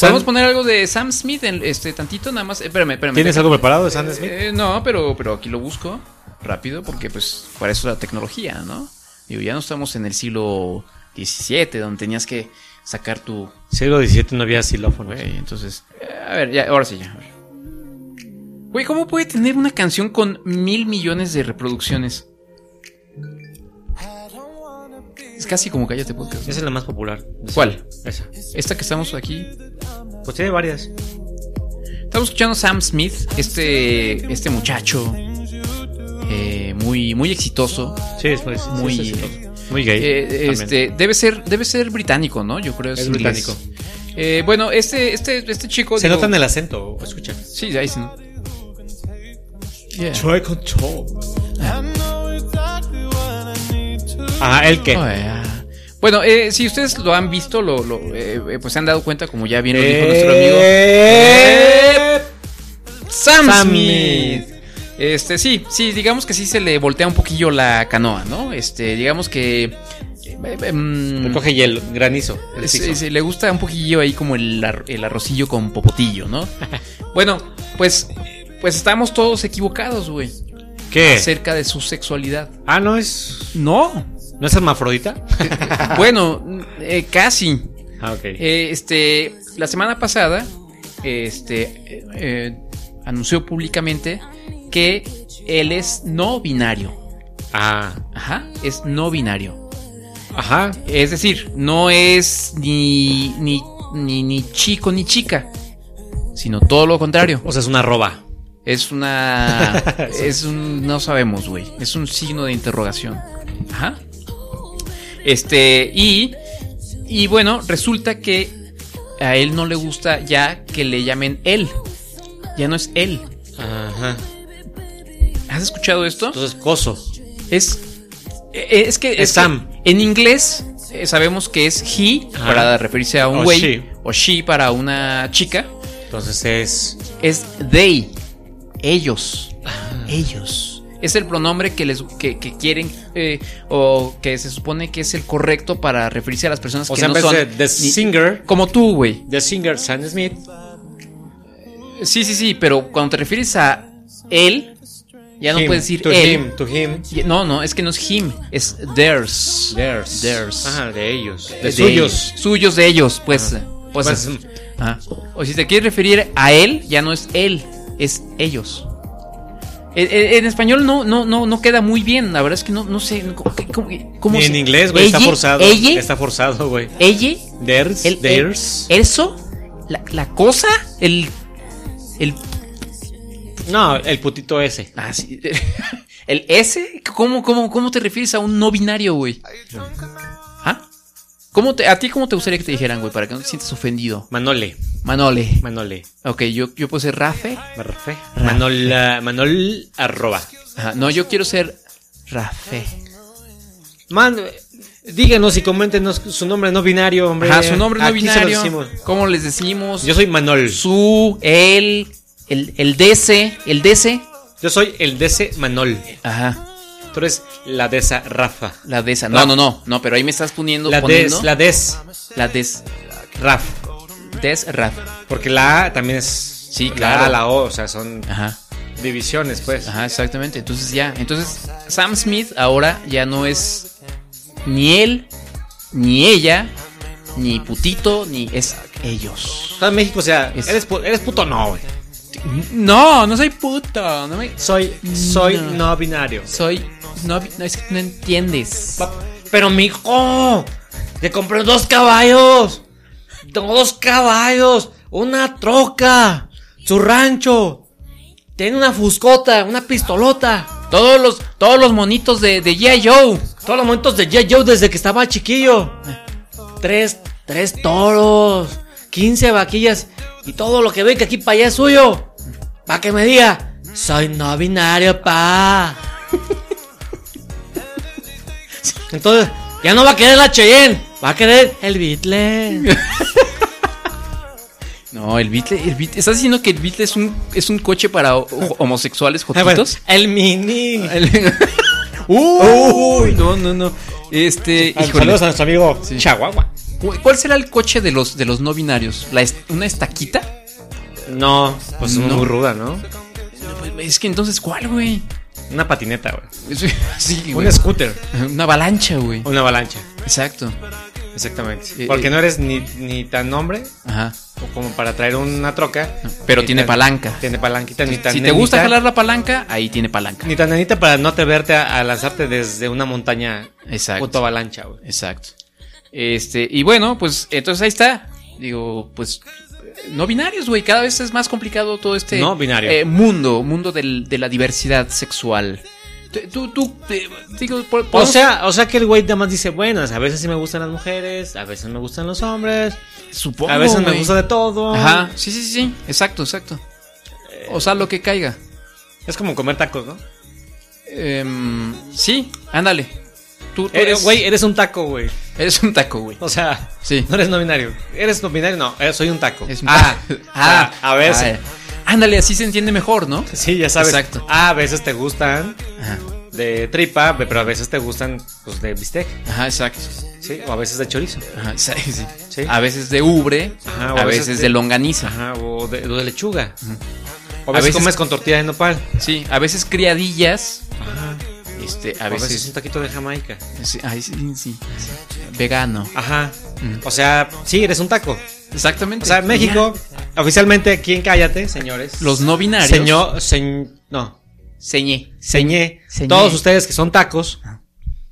Podemos
Sam,
poner algo de Sam Smith en este tantito, nada más. Eh, Espérame, espérame.
¿Tienes algo preparado de Sam Smith?
Eh, no, pero, pero aquí lo busco rápido porque pues para eso es la tecnología, ¿no? Digo, ya no estamos en el siglo XVII donde tenías que sacar tu...
Siglo XVII no había xilófono.
Güey, entonces... eh, a ver, ya, ahora sí, ya. a ver. Güey, ¿cómo puede tener una canción con mil millones de reproducciones? Es casi como Cállate Podcast.
Esa
¿no?
es la más popular.
¿Cuál?
Esa.
Esta que estamos aquí
Pues tiene varias.
Estamos escuchando a Sam Smith, este, este muchacho eh, muy, muy exitoso.
Sí, es pues,
Muy-
sí, sí, sí, sí. muy gay.
Eh,
también.
este, debe, ser, debe ser británico, ¿no? Yo creo que es,
Es
inglés.
británico.
Eh, bueno, este, este, este chico.
Se
digo-
nota en el acento, escucha.
Sí, ahí sí. ¿no? Yeah.
Ah, el que.
Oh, yeah. Bueno, eh, si ustedes lo han visto, lo, lo, eh, eh, pues se han dado cuenta, como ya bien lo dijo nuestro amigo.
Eh,
Sam,
Sam
Smith. Este, sí, sí, digamos que sí se le voltea un poquillo la canoa, ¿no? Este, digamos que. eh, eh, mm,
Recoge hielo, granizo. el
es-
piso.
es- le gusta un poquillo ahí como el, ar- el arrocillo con popotillo, ¿no? bueno, pues. Pues estamos todos equivocados, güey.
¿Qué?
Acerca de su sexualidad.
Ah, no es.
No.
¿No es hermafrodita?
bueno, eh, casi.
Ah, ok.
Eh, este, la semana pasada, este, eh, eh, anunció públicamente que él es no binario.
ah,
Ajá, es no binario.
ajá.
Es decir, no es ni, ni, ni, ni chico ni chica, sino todo lo contrario.
O sea, es una arroba.
Es una. es un. No sabemos, güey. Es un signo de interrogación. Ajá. Este. Y. Y bueno, resulta que a él no le gusta ya que le llamen él. Ya no es él.
Ajá.
¿Has escuchado esto?
Entonces, coso.
Es. e- Es que.
Es
que
Sam.
en inglés eh, sabemos que es he
Ajá.
para referirse a un
O
güey.
she.
O she para una chica.
Entonces es.
es they, ellos,
Ah.
ellos. Es el pronombre que les que, que quieren eh, o que se supone que es el correcto para referirse a las personas
O
que
sea,
no
en vez
son
de The
ni-
Singer,
como tú, güey.
The Singer Sam Smith.
Sí, sí, sí, pero cuando te refieres a él Ya no
Him,
puedes decir
to
él.
him, to him.
Y- No, no, es que no es him, es theirs.
Theirs.
Theirs.
Ajá, de ellos. De,
Eh,
suyos.
Suyos de ellos, pues. pues,
Pues,
ajá. O si te quieres referir a él, ya no es él, es ellos. E- e- En, español no, no, no, no queda muy bien, la verdad es que no, no sé. ¿cómo- cómo- cómo
Ni en
se-
inglés, güey, está
ella,
forzado.
Ella,
Está forzado, güey.
ella,
Theirs,
el,
theirs.
el- eso, la, la cosa, el, el,
no, el putito ese.
ah, sí, el S, ¿cómo, cómo, cómo te refieres a un no binario, güey? ¿Ah? ¿Cómo te, ¿A ti cómo te gustaría que te dijeran, güey, para que no te sientas ofendido?
Manole,
Manole.
Manole.
Ok, yo, yo puedo ser Rafe.
Marfe. Manol, ah, Manol, arroba.
Ajá, no, yo quiero ser Rafe.
Man, díganos y coméntenos su nombre no binario, hombre.
Ajá, su nombre no
Aquí se lo
binario.
decimos.
¿Cómo les decimos?
Yo soy Manol.
Su, él, el, el DC, el DC.
Yo soy el DC Manol.
Ajá,
Tú eres la desa Rafa.
la DESA.
Ra-
No, no, no, no, pero ahí me estás poniendo.
La
poniendo
des, la des
la des.
Raf.
Des Rafe.
Porque la A también es.
Sí,
la
claro.
A, la O, o sea, son
Ajá,
divisiones, pues.
ajá, exactamente. Entonces ya, entonces Sam Smith ahora ya no es ni él, ni ella, ni putito, ni es ellos.
O sea, en México, o sea,
Es-
eres, pu- eres puto no, güey.
No, no soy puto. No me...
Soy, soy
No.
no. binario.
Soy. No, no, es que no entiendes.
Pa- Pero mijo, te compré dos caballos. Dos caballos. Una troca. Su rancho. Tiene una fuscota, una pistolota.
Todos los, todos los monitos de, de G.I. Joe.
Todos los momentos de J. Joe desde que estaba chiquillo. Tres, tres toros. 15 vaquillas. Y todo lo que ve que aquí para allá es suyo. Pa' que me diga. Soy no binario, pa. Entonces, ya no va a querer la Cheyenne. Va a querer el Beatle.
No, el Beatle, el Beatle. ¿Estás diciendo que el Beatle es un, es un coche para ho-
Ah,
homosexuales jotitos?
El Mini.
El-
Uh,
Uy, no, no, no. Este, híjole.
a nuestro amigo Chihuahua.
¿Cu- ¿Cuál será el coche de los, de los no binarios? ¿La est- ¿Una estaquita?
No, pues
No.
muy ruda, ¿no?
Es que entonces, ¿cuál, güey?
Una patineta, güey.
Sí, güey.
Un scooter.
Una avalancha, güey.
Una avalancha.
Exacto.
Exactamente.
Eh,
Porque
eh.
no eres ni, ni tan hombre
Ajá.
o como para traer una troca.
Pero
Ni
tiene
tan-
palanca.
Tiene palanquita ni tan
Si te gusta
nenita-
jalar la palanca, ahí tiene palanca.
Ni tan nenita para no te verte a, a lanzarte desde una montaña.
Exacto.
Puto avalancha, güey.
Exacto. Este, y bueno, pues entonces ahí está. Digo, pues no binarios, güey. Cada vez es más complicado todo este
No binario.
eh, mundo, mundo del- de la diversidad sexual. Tú- Tú, tú, eh, digo, po-
O
podemos-
sea, o sea que el güey nada más dice, bueno, a veces sí me gustan las mujeres, a veces me gustan los hombres,
supongo.
a veces me
güey.
gusta de todo.
Ajá, sí, sí, sí, sí. Exacto, exacto. O sea, lo que caiga.
Es como comer tacos, ¿no?
Em, sí, ándale. Tú, tú
Eh,
eres,
Güey, eres un taco, güey.
eres un taco, güey.
O sea,
Sí.
no eres no binario. ¿Eres no binario? No, eh, soy un taco.
Es-
ah,
ah,
a veces.
ah, ándale, así se entiende mejor, ¿no?
Sí, ya sabes.
Exacto.
Ah, a veces te gustan
Ajá,
de tripa, pero a veces te gustan pues, de bistec,
ajá, exacto.
¿sí? O a veces de chorizo.
Ajá, sí, sí.
Sí.
A veces de ubre,
Ajá, o
a veces de, longaniza.
Ajá, o de, o de lechuga. O a
A
veces,
veces-
comes con tortilla de nopal.
Sí, a veces criadillas. Este, a
A veces,
veces.
un taquito de jamaica.
sí, ay, sí, sí, sí. Vegano.
Ajá.
Ujú.
O sea, sí, eres un taco.
Exactamente.
O sea, en México, oficialmente aquí en Cállate, señores.
Ya, Los no binarios.
Señor, señ- no,
Señé.
señé.
Señé.
Todos ustedes que son tacos,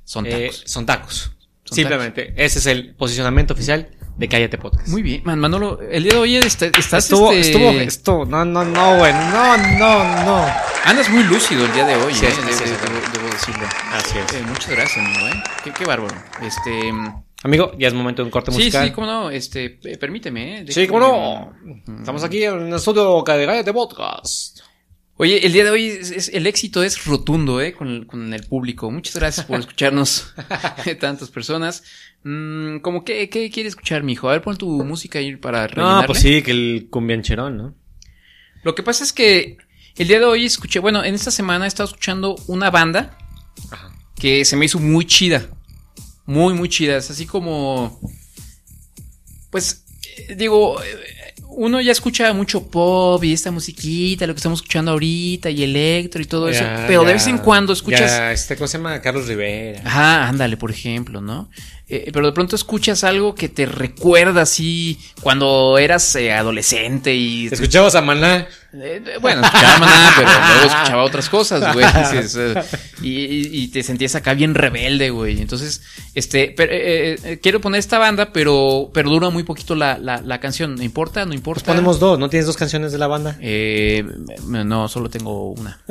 Son
eh,
tacos.
son tacos.
Son
Simplemente, ese es el posicionamiento oficial de Cállate Podcast.
Muy bien. Man, Manolo, el día de hoy este- estás.
estuvo,
este,
estuvo, estuvo. No, no, no, güey. No, no, no.
Andas muy lúcido el día de hoy.
Sí,
eh,
sí,
de-
sí,
de-
sí.
debo, debo decirlo.
Así es.
Eh, muchas gracias, amigo, ¿eh? Qué, qué bárbaro. Este. mm,
Amigo, ya es momento de un corte
Sí,
musical.
sí, cómo no. Este, eh, permíteme, ¿eh?
Sí,
Déjame-
cómo no. Estamos aquí en el estudio de Cállate Podcast.
Oye, el día de hoy es- es- el éxito es rotundo, ¿eh? Con el, con el público. Muchas gracias por escucharnos, tantas personas. Mm, ¿Cómo qué, qué quiere escuchar, mijo? A ver, pon tu música ahí para rellenarle.
No, pues sí, que el cumbiancherón, ¿no?
Lo que pasa es que el día de hoy escuché, bueno, en esta semana he estado escuchando una banda que se me hizo muy chida. Muy, muy chida. Es así como. Pues, eh, digo, eh, uno ya escucha mucho pop y esta musiquita, lo que estamos escuchando ahorita y electro y todo eso,
Ya,
pero de
ya,
vez en cuando escuchas...
ya, este, ¿Cómo se llama? Carlos Rivera.
Ajá, ándale, por ejemplo, ¿no? Eh, pero de pronto escuchas algo que te recuerda así cuando eras eh, adolescente y...
¿Escuchabas a Maná?
Eh, eh, bueno, escuchaba maná, pero luego escuchaba otras cosas, güey. Dices, eh, Y, y- y te sentías acá bien rebelde, güey. Entonces, este, pero, eh, eh, eh, quiero poner esta banda, pero, pero dura muy poquito la, la- la canción. ¿No importa? ¿No importa?
Pues ponemos dos, ¿no tienes dos canciones de la banda?
Eh, m- no, solo tengo una.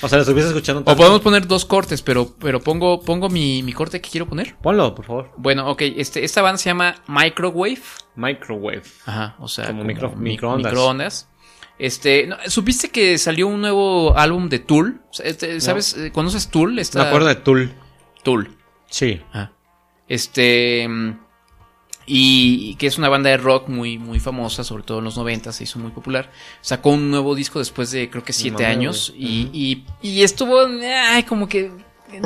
o sea, las estuviste escuchando.
O
tanto.
podemos poner dos cortes, pero, pero pongo, pongo mi, mi corte que quiero poner.
Ponlo, por favor.
Bueno, ok, este, esta banda se llama Microwave.
Microwave.
Ajá, o sea,
Como micro-
mi-
microondas.
microondas. Este, no, ¿supiste que salió un nuevo álbum de Tool? O sea, este, ¿Sabes? eh, ¿Conoces Tool? Esta-
Me acuerdo de Tool.
Tool.
Sí.
Ajá. Ah. Este, mm, y, y que es una banda de rock muy, muy famosa, sobre todo en los 90, se hizo muy popular. Sacó un nuevo disco después de creo que siete
Mames,
años y, y, y estuvo, ay, como que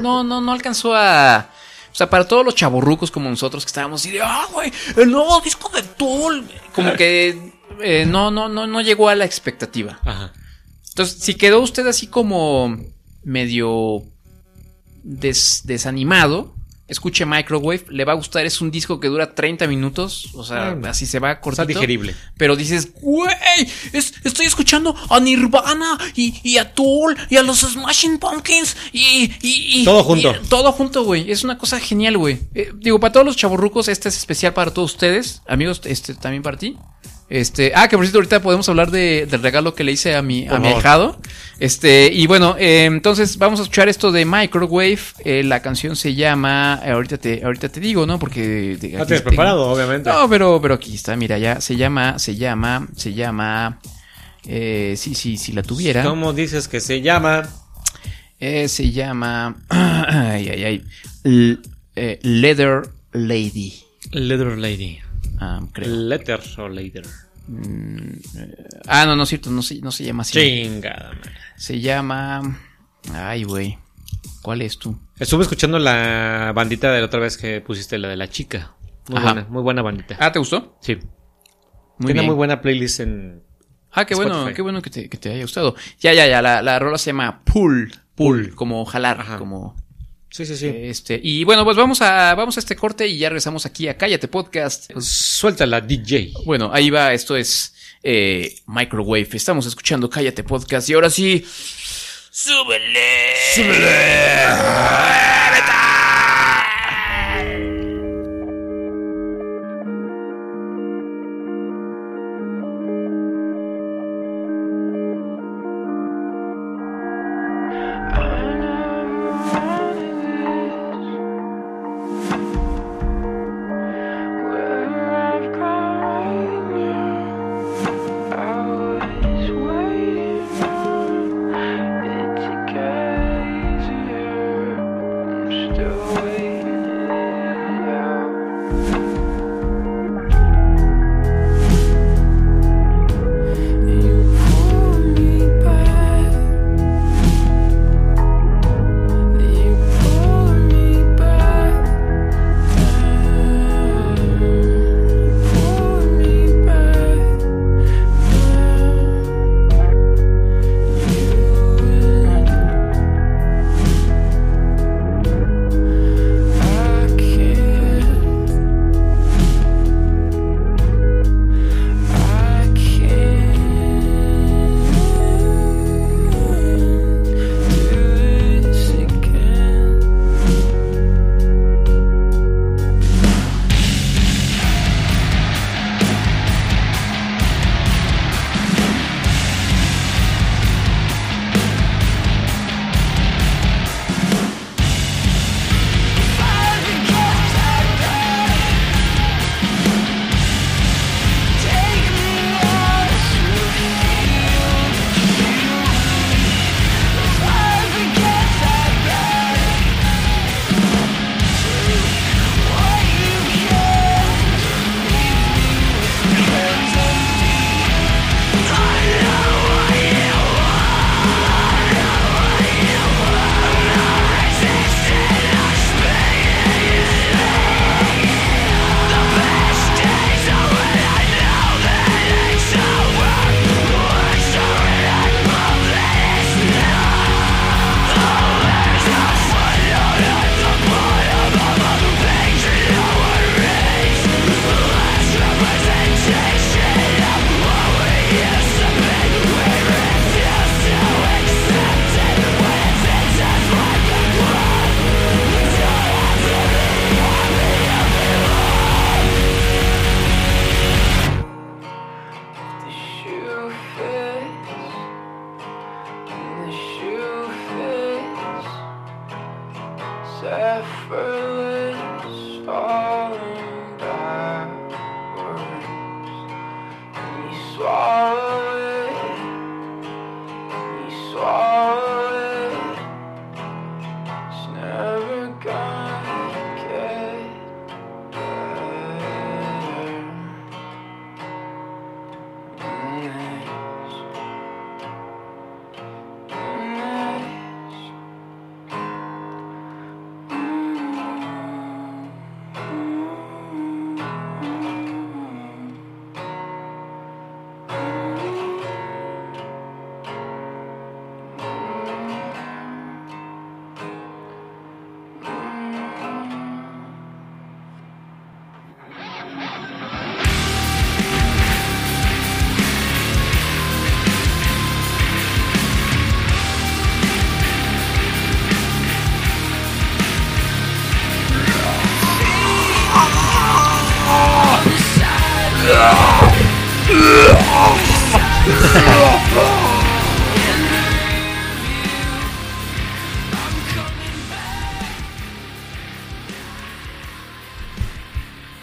no, no, no alcanzó a... O sea, para todos los chaborrucos como nosotros que estábamos así de, ah, güey, el nuevo disco de Tool. Como que eh, no, no, no, no llegó a la expectativa.
Ajá.
Entonces, si quedó usted así como medio des- desanimado, escuche Microwave, le va a gustar, es un disco que dura 30 minutos, o sea,
Ah,
así se va
Está
cortito.
digerible.
Pero dices, güey, es- estoy escuchando a Nirvana y, y a Tool y a los Smashing Pumpkins y... y- y-
Todo junto.
y- todo junto, güey. Es una cosa genial, güey. Eh, digo, para todos los chavorrucos, este es especial para todos ustedes. Amigos, este también para ti. Este, ah, que por cierto, ahorita podemos hablar de- del regalo que le hice a mi, a
Por
mi
favor.
ahijado. Este, y bueno, eh, entonces vamos a escuchar esto de Microwave. Eh, la canción se llama, eh, ahorita te, ahorita te digo, ¿no? Porque... de-
No
aquí
tienes
tengo-
preparado, obviamente.
no, pero, pero aquí está, mira, ya se llama, se llama, se llama. Eh, sí, sí, si la tuviera.
¿Cómo dices que se llama?
Eh, se llama. Ay, ay, ay. L- eh, Leather Lady.
Letter Lady.
ah, creo.
Letter o Later.
Ah, no, no es cierto, no se, no se llama así.
Chingada. madre.
Se llama. Ay, güey. ¿Cuál es tú?
Estuve escuchando la bandita de la otra vez que pusiste, la de la chica. Muy
Ajá.
buena, muy buena bandita.
Ah, ¿te gustó?
Sí.
Muy
Tiene
bien.
muy buena playlist en
Ah, qué bueno,
Spotify.
qué bueno que te, que te haya gustado. Ya, ya, ya, la, la rola se llama Pull. Pull, como jalar,
Ajá.
como.
Sí, sí, sí.
Este, y bueno, pues vamos a, vamos a este corte y ya regresamos aquí a Cállate Podcast.
Suéltala, DJ.
Bueno, ahí va, esto es eh, Microwave. Estamos escuchando Cállate Podcast y ahora sí. ¡Súbele!
Still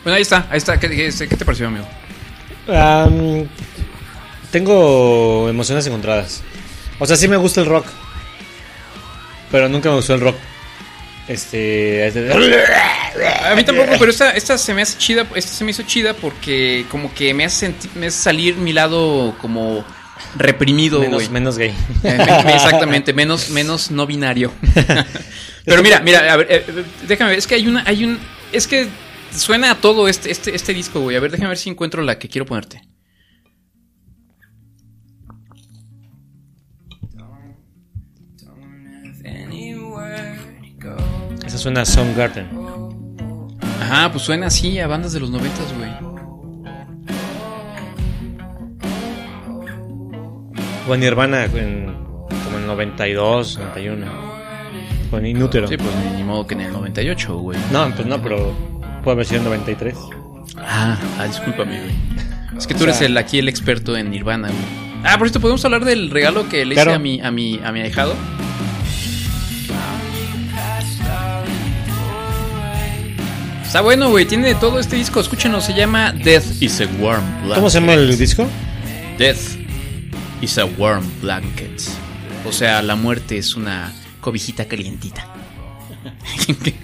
Bueno, ahí está, ahí está. ¿Qué, qué- qué te pareció, amigo?
Am, tengo emociones encontradas. O sea, sí me gusta el rock. Pero nunca me gustó el rock. Este. este-
A mí tampoco, pero esta, esta se me hace chida, esta se me hizo chida porque como que me hace, senti- me hace salir mi lado como reprimido, güey.
menos, menos gay.
Eh, me- me- Exactamente, menos, menos no binario. Pero mira, mira, a ver, eh, eh, déjame ver, es que hay una, hay un, es que suena a todo este, este, este disco, güey. A ver, déjame ver si encuentro la que quiero ponerte.
Esa suena a Soundgarden.
Ajá, pues suena así a bandas de los noventas, güey.
O a Nirvana en, como en 92, 91. Con Inútero.
Sí, pues ni, ni modo que en el 98, güey.
No, pues no, pero puede haber sido en 93.
Ah, ah, discúlpame, güey. Es que tú eres el, aquí el experto en Nirvana, güey. Ah, por cierto, ¿podemos hablar del regalo que le hice
Claro.
a mi, a mi, a mi ahijado? Está bueno, güey, tiene todo este disco, escúchenos, se llama Death is a Warm Blanket.
¿Cómo se llama el disco?
Death is a Warm Blanket. O sea, la muerte es una cobijita calientita.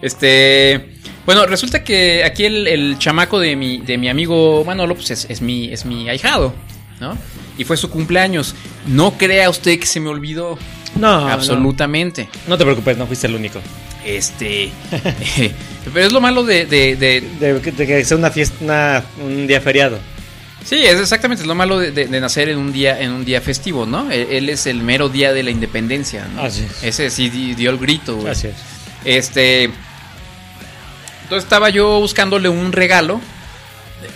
Este. Bueno, resulta que aquí el, el chamaco de mi, de mi amigo Manolo, pues es, es mi, es mi ahijado, ¿no? Y fue su cumpleaños. No crea usted que se me olvidó.
Ah, No.
absolutamente.
No. No te preocupes, no fuiste el único.
Este. eh, pero es lo malo de. de- de-
De, de que sea una fiesta, una- un día feriado.
sí, es exactamente es lo malo de, de- de nacer en un día, en un día festivo, ¿no? Él, él es el mero día de la independencia, ¿no?
Así es.
Ese sí di- dio el grito, güey.
Así es.
Este. Entonces estaba yo buscándole un regalo.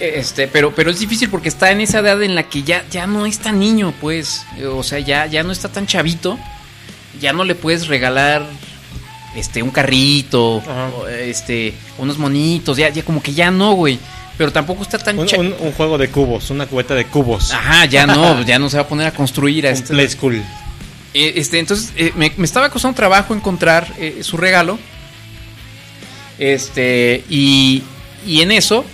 Este, pero, pero es difícil porque está en esa edad en la que ya, ya no es tan niño, pues. O sea, ya, ya no está tan chavito. Ya no le puedes regalar. Este, un carrito.
Ajá.
o, Este. Unos monitos. Ya, ya como que ya no, güey. Pero tampoco está tan
Un,
cha-
un- un juego de cubos, una cubeta de cubos.
Ajá, ya no, ya no se va a poner a construir a
un
Ah, este.
play school.
Eh, este, entonces eh, me, me estaba costando trabajo encontrar eh, su regalo. Este, y, y en eso,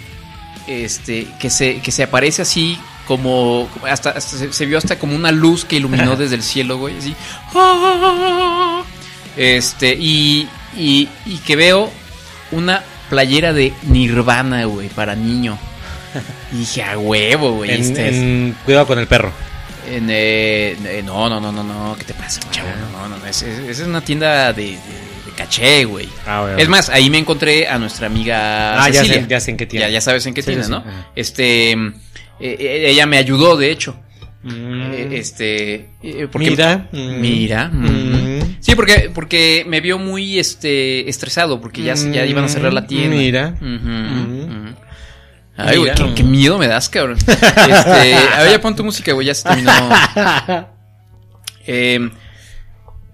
este, que se, que se aparece así como, como hasta, hasta se, se vio hasta como una luz que iluminó desde el cielo, güey, así. ¡Ah! Este, y, y, y que veo una playera de Nirvana, güey, para niño. Y dije, a huevo, güey.
En-
este es-
en- cuidado con el perro.
en, eh, eh, no, no, no, no, no, ¿qué te pasa, chavo?
Ah.
No, no, no, es- es- esa es, una tienda de, de- de caché, güey.
Ah, bueno.
Es más, ahí me encontré a nuestra amiga
Ah, ya
Cecilia.
sé- ya sé en qué tienda.
Ya, ya sabes en qué
Sí,
tienda,
sí, sí.
¿no?
Ajá.
Este, mm, eh, eh, ella me ayudó, de hecho. Eh,
Mm.
Este, eh,
Mira. Mm.
mira, mm.
Mm.
sí, porque porque me vio muy este estresado porque ya, ya iban a cerrar la tienda.
Mm. Mira.
Ujú,
Mm.
ujú. Ay, güey,
Mira.
qué, qué miedo me das, cabrón. Este, a ver, ya pon tu música, güey, ya se terminó. Eh,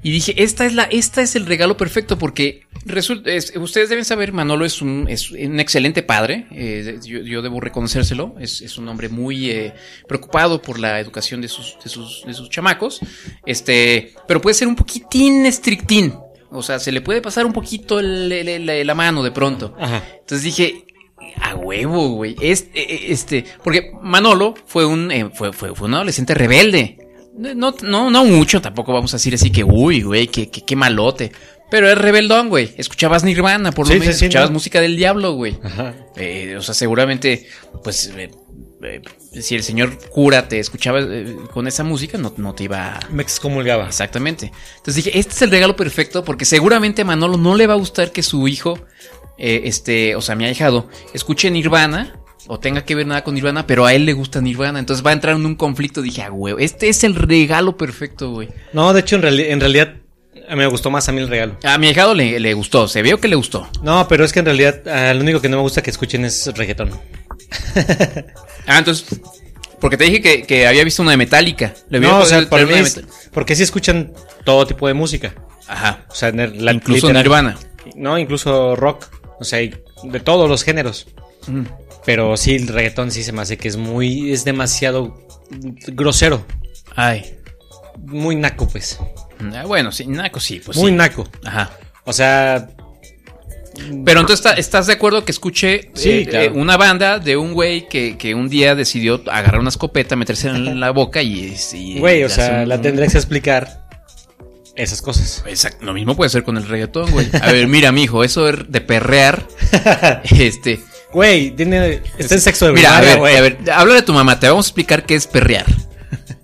y dije, esta es la, esta es el regalo perfecto porque resulta, es- ustedes deben saber, Manolo es un, es un excelente padre, eh, yo, yo debo reconocérselo, es, es un hombre muy eh, preocupado por la educación de sus, de sus, de sus chamacos, este, pero puede ser un poquitín estrictín, o sea, se le puede pasar un poquito el- el- el- la mano de pronto.
Ajá.
Entonces dije, a huevo, güey. Este, este, porque Manolo fue un, eh, fue, fue, fue un adolescente rebelde. No, no, no mucho, tampoco vamos a decir así que, uy, güey, que, que, que malote. Pero es rebeldón, güey. Escuchabas Nirvana, por lo
Sí,
menos.
sí, sí,
escuchabas
¿no? Ah.
música del diablo, güey.
Ajá.
Eh, o sea, seguramente, pues, eh, eh, si el señor cura te escuchaba eh, con esa música, no, no te iba a...
Me excomulgaba.
Exactamente. Entonces dije, este es el regalo perfecto porque seguramente a Manolo no le va a gustar que su hijo, eh, este, o sea, mi ahijado, escuche Nirvana o tenga que ver nada con Nirvana, pero a él le gusta Nirvana. Entonces va a entrar en un conflicto. Dije, ah, güey, este es el regalo perfecto, güey.
No, de hecho, en, reali- en realidad eh, me gustó más a mí el regalo.
A mi ahijado le, le gustó, se vio que le gustó.
No, pero es que en realidad ah, lo único que no me gusta que escuchen es reggaetón.
Ah, entonces, porque te dije que, que había visto una de Metallica. Le pues, había
No, o
podido
sea, para
traer
mí
una de
es-
Metal-
porque sí escuchan todo tipo de música.
Ajá.
O sea, en el- la-
Incluso
literal-
Nirvana.
No, incluso rock. O sea, y de todos los géneros.
Mm.
Pero sí, el reggaetón sí se me hace que es muy. Es demasiado grosero.
Ay.
Muy naco, pues.
Ah, Bueno, sí, naco sí, pues
muy
sí.
naco.
Ajá.
O sea,
Pero entonces ¿tá- estás de acuerdo que escuché
Sí,
eh,
claro.
eh, una banda de un güey que, que un día decidió agarrar una escopeta, meterse en la boca y... y-
güey, o
y
sea,
hacer un-
la tendrías que explicar esas cosas.
Exacto, lo mismo puede ser con el reggaetón, güey. A ver, mira, mijo, eso er- de perrear, este...
Güey, tiene, está en sexo de
Mira, a
primaria,
ver,
güey.
a ver, háblale a tu mamá, te vamos a explicar qué es perrear.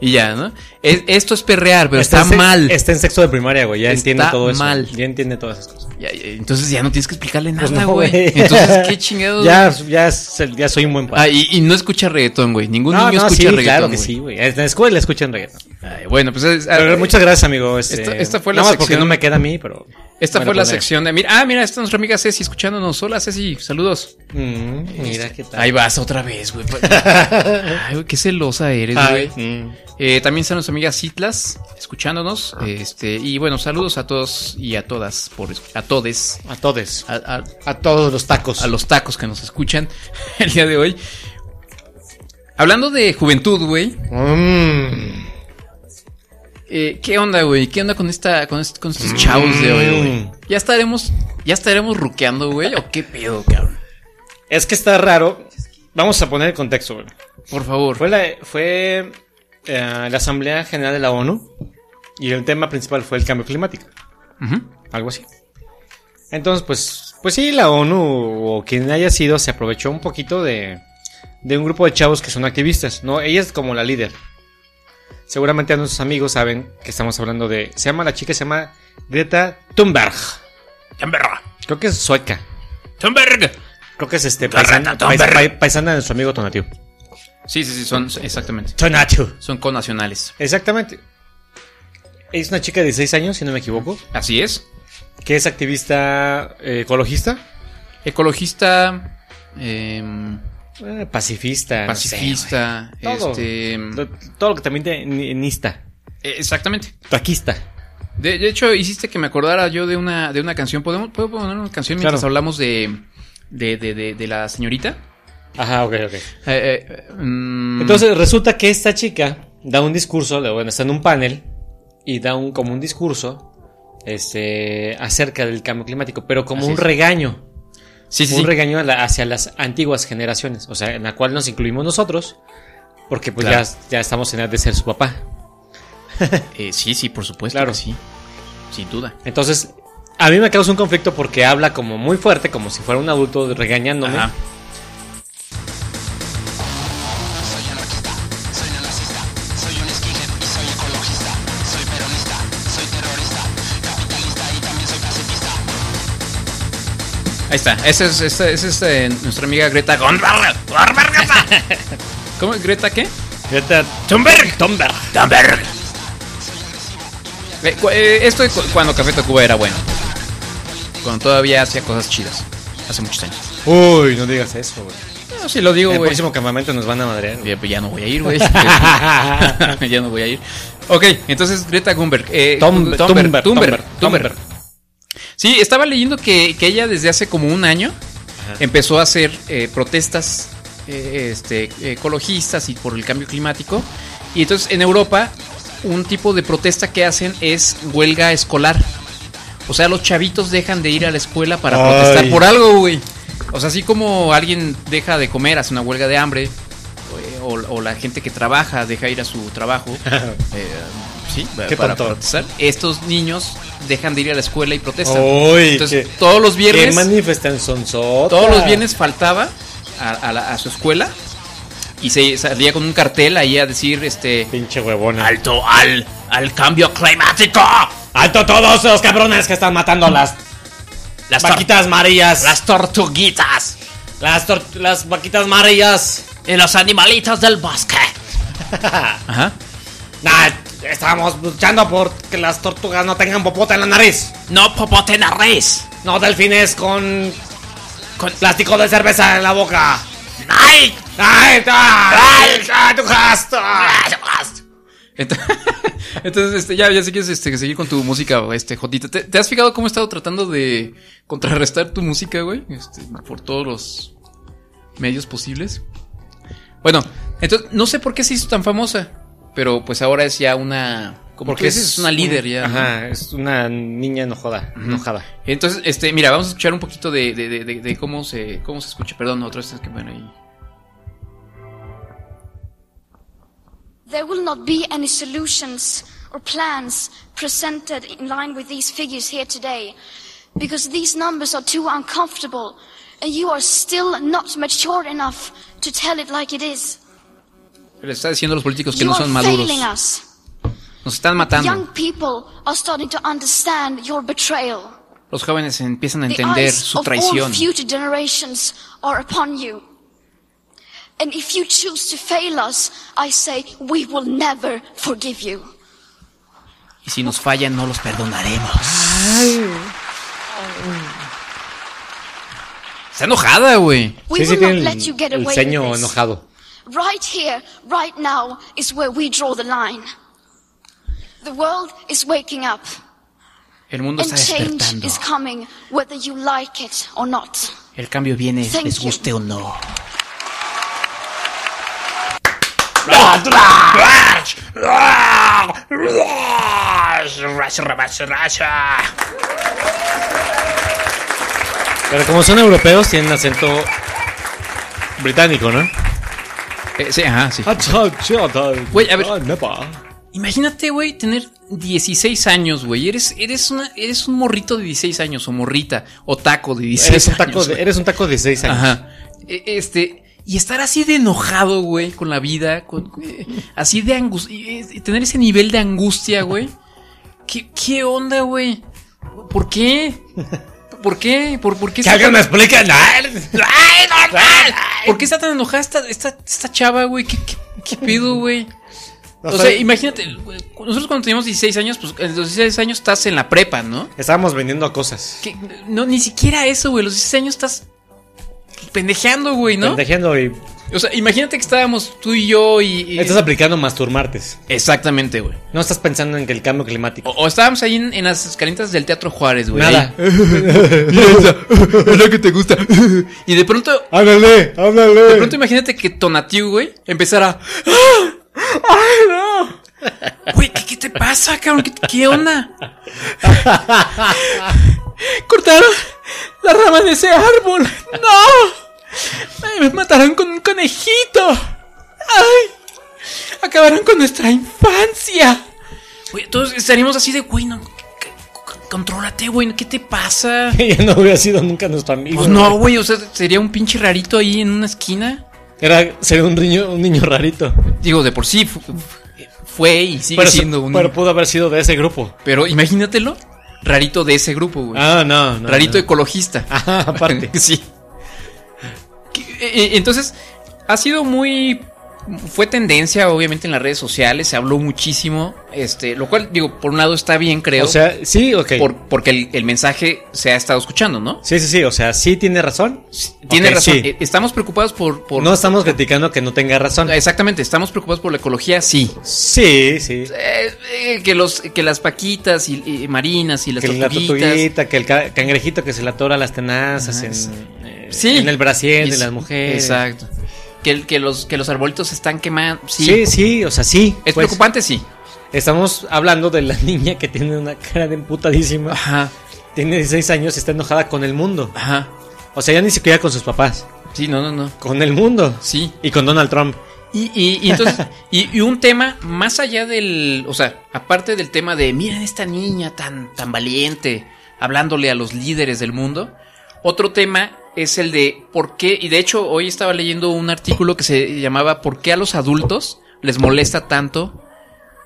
y ya, ¿no? Es- esto es perrear, pero está,
en se-
mal.
Está en sexo de primaria, güey. Ya
Está
entiende todo eso.
mal.
Ya entiende todas esas cosas.
Ya, ya, entonces ya no tienes que explicarle nada,
Pues no,
güey.
güey.
Entonces, qué chingados.
Ya, ya, se- ya soy un buen
Ah,
padre.
y, y no escucha reggaetón, güey. Ningún
no,
niño
no,
escucha
sí,
reggaetón.
claro que
güey.
sí, güey. En la escuela escuchan reggaetón.
Ay, bueno, pues es-
Pero
ah,
muchas gracias, amigo. este,
esta- esta fue la
nada más porque
sección-
no me queda a mí, pero.
esta
me
fue la
pondré.
sección de. Mira, ah, mira, está nuestra amiga Ceci escuchándonos. Hola, Ceci, saludos. Este,
Mm, mira qué tal.
Ahí vas otra vez, güey. Ay, güey, qué celosa eres, güey.
Mm.
Eh, también están nuestra amiga Citlas escuchándonos. Este, y bueno, saludos a todos y a todas, por, esc- a todes,
mm, A todos.
a, a-
A todos los tacos.
a los tacos que nos escuchan el día de hoy. Hablando de juventud, güey.
Mm.
eh, ¿Qué onda, güey? ¿Qué onda con esta, con, est- con estos chavos de hoy, güey?
Mm.
Ya estaremos, ya estaremos ruqueando, güey, o qué pedo, cabrón.
Es que está raro. Vamos a poner el contexto, güey.
Por favor.
Fue, la, fue eh, la Asamblea General de la ONU y el tema principal fue el cambio climático.
Ujú.
Algo así. Entonces, pues, pues sí, la ONU o quien haya sido se aprovechó un poquito de, de un grupo de chavos que son activistas. No, ella es como la líder. Seguramente a nuestros amigos saben que estamos hablando de... Se llama la chica, se llama Greta Thunberg.
Thunberg.
Creo que es sueca.
Thunberg.
Creo que es este
Greta
paisana,
Thunberg.
paisa- pai- paisana de nuestro amigo Tonatiu.
Sí, sí, sí, son, exactamente.
Tonatiu.
Son connacionales.
Exactamente. Es una chica de 16 años, si no me equivoco,
Así es.
que es activista eh, ecologista,
Ecologista, em,
eh, pacifista, no sé,
pacifista,
güey. todo,
este, em,
lo- todo lo que también te ni- nista,
eh, exactamente.
taquista.
De, de hecho, hiciste que me acordara yo de una, de una canción. ¿Podemos, ¿Puedo poner una canción mientras
Claro.
hablamos de, de, de, de- de la señorita?
Ajá, ok, ok.
Eh, eh, mm,
Entonces resulta que esta chica da un discurso, le- bueno, está en un panel y da un como un discurso este acerca del cambio climático, pero como
Así
un
es.
regaño.
sí, sí,
un
sí.
regaño a la- hacia las antiguas generaciones, o sea, en la cual nos incluimos nosotros, porque pues
Claro.
ya, ya estamos en edad de ser su papá.
Eh, sí, sí, por supuesto.
Claro.
que sí. Sin duda.
Entonces, a mí me causa un conflicto porque habla como muy fuerte, como si fuera un adulto regañándome.
Ajá. Ahí está, esa es, esa, esa es eh, nuestra amiga Greta Thunberg. ¿Cómo? ¿Greta qué?
Greta
Thunberg. Thunberg. Thunberg.
Eh, cu- eh, Esto es cu- cuando Café Tacuba era bueno. Cuando todavía hacía cosas chidas. Hace muchos años.
Uy, no digas eso, güey.
No, sí lo digo,
En el
güey.
próximo campamento nos van a madrear. güey.
Ya, pues, ya no voy a ir, güey. ya no voy a ir. Ok, entonces Greta Thunberg. eh,
Thumb- Thunberg,
Thunberg, Thunberg,
Thunberg,
Thunberg. Sí, estaba leyendo que, que ella desde hace como un año empezó a hacer eh, protestas eh, este, ecologistas y por el cambio climático. Y entonces en Europa un tipo de protesta que hacen es huelga escolar. O sea, los chavitos dejan de ir a la escuela para
Ay.
protestar por algo, güey. O sea, así como alguien deja de comer, hace una huelga de hambre, o, o la gente que trabaja deja ir a su trabajo, eh, sí,
Qué
para
tonto.
protestar. Estos niños dejan de ir a la escuela y protestan.
Uy,
Entonces,
qué-
todos los
¿Qué
viernes,
manifestan son
todos los viernes faltaba a, a la- a su escuela y se salía con un cartel ahí a decir, este,
Pinche huevona.
Alto al, al cambio climático.
¡Alto todos los cabrones que están matando a las
Las, tor-
vaquitas amarillas!
las tortuguitas.
Las, tor- las vaquitas amarillas.
Y los animalitos del bosque.
ajá.
Nah, estamos luchando por que las tortugas no tengan popota en la nariz.
No popote nariz.
No delfines con
Con
plástico de cerveza en la boca.
¡Ay!
¡Ay, ay, ay, ay, tu gasto!
¡Ay!
Ent- Entonces, este, ya, ya si quieres este, seguir con tu música, este, Jotita. ¿Te, te has fijado cómo he estado tratando de contrarrestar tu música, güey? Este, por todos los medios posibles. Bueno, entonces, no sé por qué se hizo tan famosa, pero pues ahora es ya una. Como
Porque
Porque es, una líder ya. ¿no?
Ajá, es una niña enojada, enojada.
Entonces, este, mira, vamos a escuchar un poquito de, de, de, de- de cómo se cómo se escucha. Perdón, otra vez es que bueno ahí.
There will not be any solutions or plans presented in line with these figures here today because these numbers are too uncomfortable and you are still not mature enough to tell it like it is.
Le está diciendo a los políticos que
You
no son
are
maduros.
failing us.
Nos están matando.
Young people are starting to understand your betrayal.
Los jóvenes empiezan a
The
entender
eyes
su
of all
traición.
future generations are upon you. And if you choose to fail us, I say we will never forgive you.
Y si nos fallan, no los perdonaremos. Está enojada, güey.
We
Sí, sí,
will not
tiene el,
let you get
el
away with
ceño
this.
enojado.
Right here, right now, is where we draw the line. The world is waking up,
El mundo
and
está
change
despertando.
is coming, whether you like it or not.
El cambio viene,
Thank
les
you.
guste o no.
Pero como son europeos, tienen acento británico, ¿no?
Eh, sí, ajá, sí. Güey, a ver. Imagínate, güey, tener 16 años, güey. Eres, eres, una, eres un morrito de 16 años, o morrita, o taco de 16
Eres un
años.
taco, de,
güey.
eres un taco de 6 años.
Ajá. E- Este. Y estar así de enojado, güey, con la vida, con, eh, así de angustia, tener ese nivel de angustia, güey. ¿Qué, qué onda, güey? ¿Por qué? ¿Por qué? ¿Por, por qué
Que
está
alguien
tan-
me explique. ¡Ay!
¿Por qué está tan enojada esta, esta, esta chava, güey? ¿Qué, qué, qué pedo, güey?
O
O,
sea,
sea, imagínate, güey, nosotros cuando teníamos 16 años, pues a los 16 años estás en la prepa, ¿no?
Estábamos vendiendo cosas.
Que, no, ni siquiera eso, güey. Los 16 años estás pendejeando, güey, ¿no?
Pendejando y
O sea, imagínate que estábamos tú y yo y. y-
estás aplicando masturmartes.
Exactamente, güey.
No estás pensando en que el cambio
O,
climático.
o estábamos ahí en, en las escalientas del Teatro Juárez, güey.
Nada.
es lo que te gusta. y de pronto, de
Háblale, háblale.
pronto imagínate que Tonatiu, güey, empezara. ¡Ah! ¡Ay, no! Güey, ¿qué, qué te pasa, cabrón? ¿Qué, qué onda? Cortaron la rama de ese árbol. ¡No! Ay, me mataron con un conejito. ¡Ay! Acabaron con nuestra infancia. Güey, todos estaríamos así de, güey, no. c- c- Contrólate, güey, ¿qué te pasa?
Ella no hubiera sido nunca nuestro amigo.
Pues no, güey, o sea, sería un pinche rarito ahí en una esquina.
Era, sería un niño, un niño rarito.
Digo, de por sí fu- fu- fue y sigue
Pero,
siendo un.
pero
Pero,
pudo haber sido de ese grupo.
imagínatelo, rarito de ese grupo, güey.
Ah, no, no.
rarito
no.
ecologista.
Ajá, aparte.
sí. Que- eh, eh, Entonces, ha sido muy. Fue tendencia, obviamente, en las redes sociales, se habló muchísimo. Este, lo cual, digo, por un lado está bien, creo.
O sea, sí, ok.
por- porque el, el mensaje se ha estado escuchando, ¿no?
Sí, sí, sí. O sea, sí tiene razón.
Tiene
Ok,
razón.
sí.
eh, Estamos preocupados por. por Eh,
No estamos criticando que no tenga razón.
Exactamente, estamos preocupados por la ecología, sí.
Sí, sí.
Eh, eh, que los que las paquitas y, y marinas y las
Que la
tortuguitas Ah,
tortuguita, que el ca- cangrejito que se le atora las tenazas en, eh,
Sí.
en el
Y
brasier de
es-
las mujeres.
Exacto. Que, que los que los arbolitos se están quemando. Sí.
Sí. sí, o sea, sí.
es
pues,
preocupante, sí.
Estamos hablando de la niña que tiene una cara de emputadísima.
Ajá.
Tiene 16 años y está enojada con el mundo.
Ajá.
O sea, ya ni siquiera con sus papás.
Sí, no, no, no.
Con el mundo.
Sí.
Y con Donald Trump.
Y, y- y entonces, y, y un tema más allá del, o sea, aparte del tema de, miren esta niña tan, tan valiente, hablándole a los líderes del mundo, otro tema es el de por qué, y de hecho hoy estaba leyendo un artículo que se llamaba ¿Por qué a los adultos les molesta tanto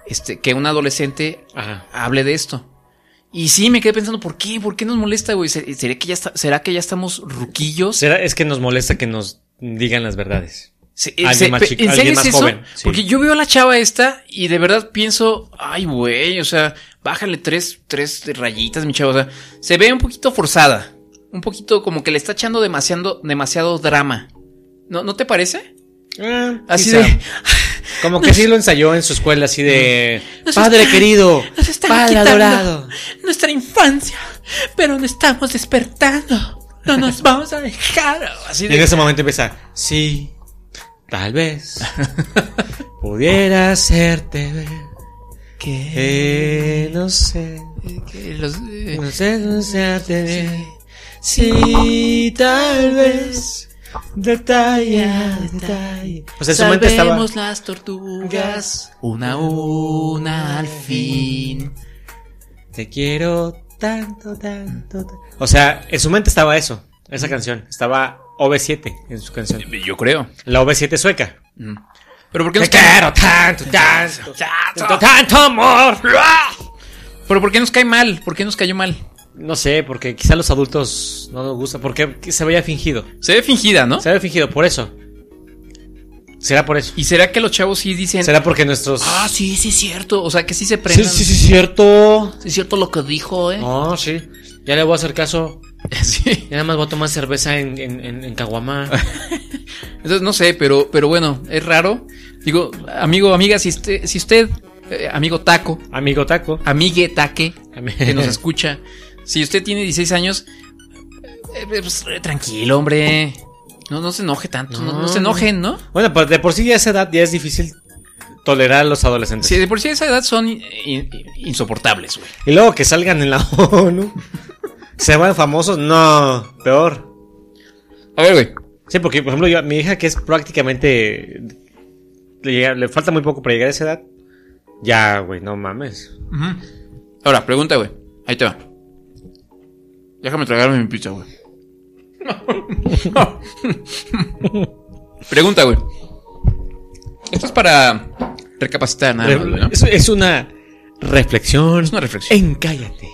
este, que un adolescente
Ajá.
hable de esto? Y sí, me quedé pensando, ¿por qué? ¿Por qué nos molesta, güey? ¿Será será que ya, está- será que ya estamos ruquillos?
Será- es que nos molesta que nos digan las verdades.
Se-
Alguien
se-
más
pe-
chico-
¿En
alguien
serio es
más
eso?
joven, sí.
Porque yo veo a la chava esta y de verdad pienso, ay, güey, o sea, bájale tres, tres rayitas, mi chava. O sea, se ve un poquito forzada. Un poquito como que le está echando demasiado, demasiado drama. ¿No, ¿No te parece?
Ah,
Así
quizá.
de.
Como que sí lo ensayó en su escuela, así de. Padre querido,
Nos están
padre
quitando
adorado.
nuestra infancia, pero no estamos despertando. No nos vamos a dejar.
Y en ese momento empieza. Sí, tal vez. pudiera hacerte ver.
Que
Que no sé.
que los, eh,
No sé, no sé hacerte ver. Sí, tal vez. Detalle, a detalle. O sea, en su momento estaba.
salvemos las tortugas una a una al fin.
Te quiero tanto, tanto, tanto. O sea, en su mente estaba eso, esa canción. Estaba OV7 en su canción.
Yo creo.
La OV7 sueca.
Pero ¿por qué
Te
nos,
quiero tanto, tanto, tanto, tanto amor.
pero ¿por qué nos cae mal? ¿Por qué nos cayó mal?
No sé, porque quizá a los adultos no nos gusta. Porque se veía fingido.
Se ve fingida, ¿no?
Se había fingido, por eso. Será por eso.
¿Y será que los chavos sí dicen,
Será porque nuestros.
ah, sí, sí es cierto? O sea, que sí se
Sí,
prendan.
sí, sí, cierto.
Sí, es cierto lo que dijo, ¿eh?
No, sí. Ya le voy a hacer caso.
Sí.
Ya nada más voy a tomar cerveza en, en, en, en Caguamá.
Entonces, no sé, pero, pero bueno, es raro. Digo, amigo, amiga, si usted, si usted eh, amigo taco,
Amigo taco.
amigue taque,
Ami-
que nos escucha, si usted tiene 16 años, eh, eh, pues, eh, tranquilo, hombre. No, no se enoje tanto, no,
No,
no se
no.
enojen, ¿no?
Bueno, pues de por sí ya a esa edad ya es difícil tolerar a los adolescentes.
Si de por sí a esa edad son in- in- insoportables, güey.
Y luego que salgan en la ONU, se van famosos, no, peor.
A ver, güey.
Sí, porque por ejemplo yo, mi hija que es prácticamente, le, llega- le falta muy poco para llegar a esa edad, ya, güey, no mames.
Ahora, pregunta, güey. Ahí te va. Déjame tragarme mi pizza, güey. pregunta, güey. Esto es para recapacitar nada más, güey, Ah, ¿no?
es, es una reflexión.
Es una reflexión.
En cállate.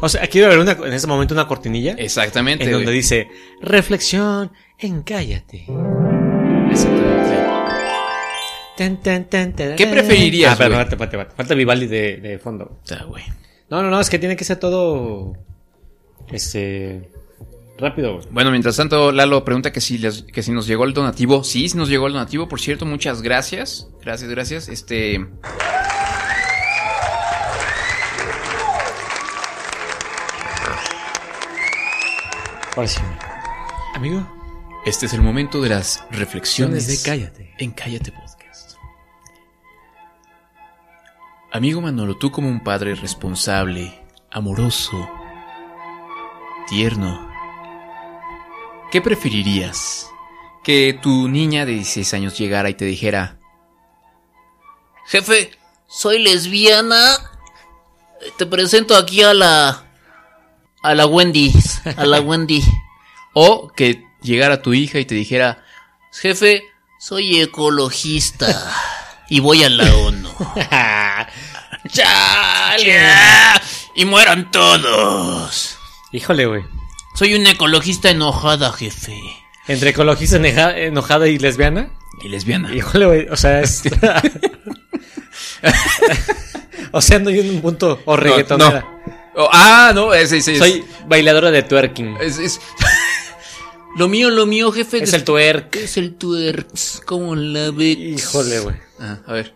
O sea, aquí debe haber una- en ese momento una cortinilla
Exactamente.
en donde
güey.
dice, reflexión, en cállate.
Exactamente.
Tan, tan, tan, tan,
¿Qué
tan.
preferirías,
Ah, pero
güey?
espérate, espérate, espérate. Falta Vivaldi de, de fondo.
Puta, güey.
No, no, no, es que tiene que ser todo. Este. Rápido, güey.
Bueno, mientras tanto, Lalo pregunta que si, les- que si nos llegó el donativo. Sí, sí nos llegó el donativo, por cierto, muchas gracias. Gracias, gracias. Este.
Ahora sí. Amigo,
Este es el momento de las reflexiones
de cállate.
en Cállate Podcast. Amigo Manolo, tú como un padre responsable, amoroso, tierno, ¿qué preferirías? Que tu niña de 16 años llegara y te dijera,
Jefe, soy lesbiana. Te presento aquí a la. A la Wendy. A la Wendy.
o que llegara tu hija y te dijera,
Jefe, soy ecologista. Y voy a la ONU. ¡Chale! ¡Y mueran todos!
Híjole, güey.
Soy una ecologista enojada, jefe.
Entre ecologista eneja- enojada y lesbiana.
y lesbiana.
Híjole, güey. O sea, es. o sea, ando yo en un punto. O reggaetonera.
Oh, ah, no, ese, ese, ese.
Soy bailadora de twerking.
Es- es-
Lo mío, lo mío, jefe.
Es
des-
el twerk.
Es el tuerx. Como la ve.
Híjole, güey.
Ah, a ver.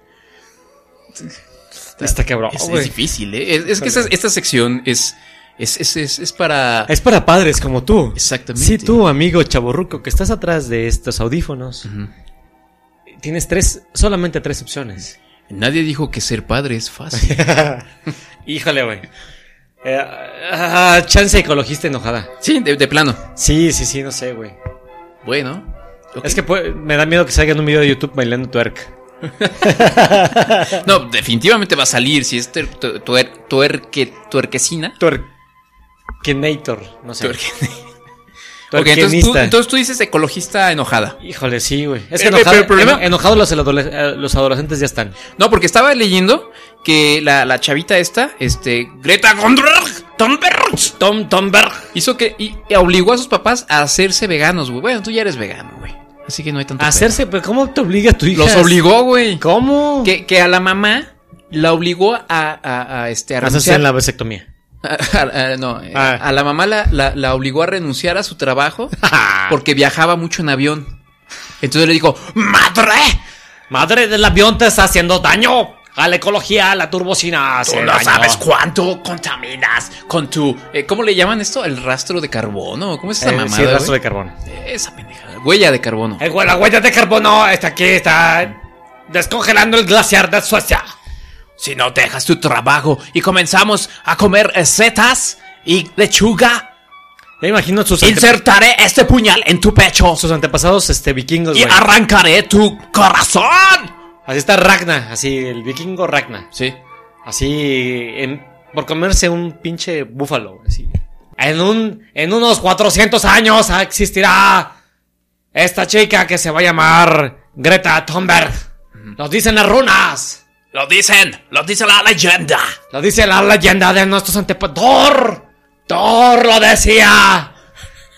Está cabrón,
Es, es
Oh, güey.
difícil, ¿eh? Es, es que esa- esta sección es, es, es, es, es para...
Es para padres como tú.
Exactamente.
Sí, tú, amigo chaborruco, que estás atrás de estos audífonos. Tienes tres, solamente tres opciones.
Nadie dijo que ser padre es fácil.
Híjole, güey. Eh, ah, chance ecologista enojada.
sí, de, de plano.
Sí, sí, sí, no sé, güey.
Bueno. ok.
Es que puede- me da miedo que salga en un video de YouTube bailando twerk.
No, definitivamente va a salir si es ter- tu- tuer- tuerque, tuerquecina.
Twerkenator, no sé.
Tuerque- Ok, entonces tú,
Twerkenista.
entonces tú dices ecologista enojada.
Híjole, sí, güey. Es que
Eh, Pero- pero
enojado-
el problema-
eno- enojados los, adole- eh, los adolescentes ya están.
No, porque estaba leyendo que la, la chavita esta, este, Greta Thunberg, Thunberg,
Tom Tomberg.
hizo que, y, y obligó a sus papás a hacerse veganos, güey. Bueno, tú ya eres vegano, güey. Así que no hay tanto pedo.
Hacerse, pero ¿cómo te obliga tu hija?
Los obligó, güey.
¿Cómo?
Que, que a la mamá la obligigó a, a, a, este, a
Hacerse
renunciar.
la vasectomía.
a- a- no, eh,
Ah.
a la mamá la, la- la obligó a renunciar a su trabajo porque viajaba mucho en avión. Entonces le dijo, ¡Madre!
Madre del avión te está haciendo daño. A la ecología, a la turbocina. Eh,
Tú no sabes cuánto contaminas con tu. eh, ¿Cómo le llaman esto? ¿El rastro de carbono? ¿Cómo es esa mamada?
Eh, sí, el rastro
güey?
de Eh. carbón.
Eh, Esa pendejada. Huella de carbono.
El, la huella de carbono está aquí, está descongelando el glaciar de Suecia.
Si no dejas tu trabajo y comenzamos a comer eh, setas y lechuga,
Ya imagino sus, ante-
insertaré este puñal en tu pecho
sus antepasados este, vikingos,
y
güey.
arrancaré tu corazón.
Así está Ragna, así, el vikingo Ragna.
Sí.
Así, en- por comerse un pinche búfalo, así. En, un, en unos 400 años existirá esta chica que se va a llamar Greta Thunberg. Nos dicen las runas.
Lo dicen, lo dice la leyenda.
Lo dice la leyenda de nuestros antepasados. ¡Thor! ¡Thor lo decía!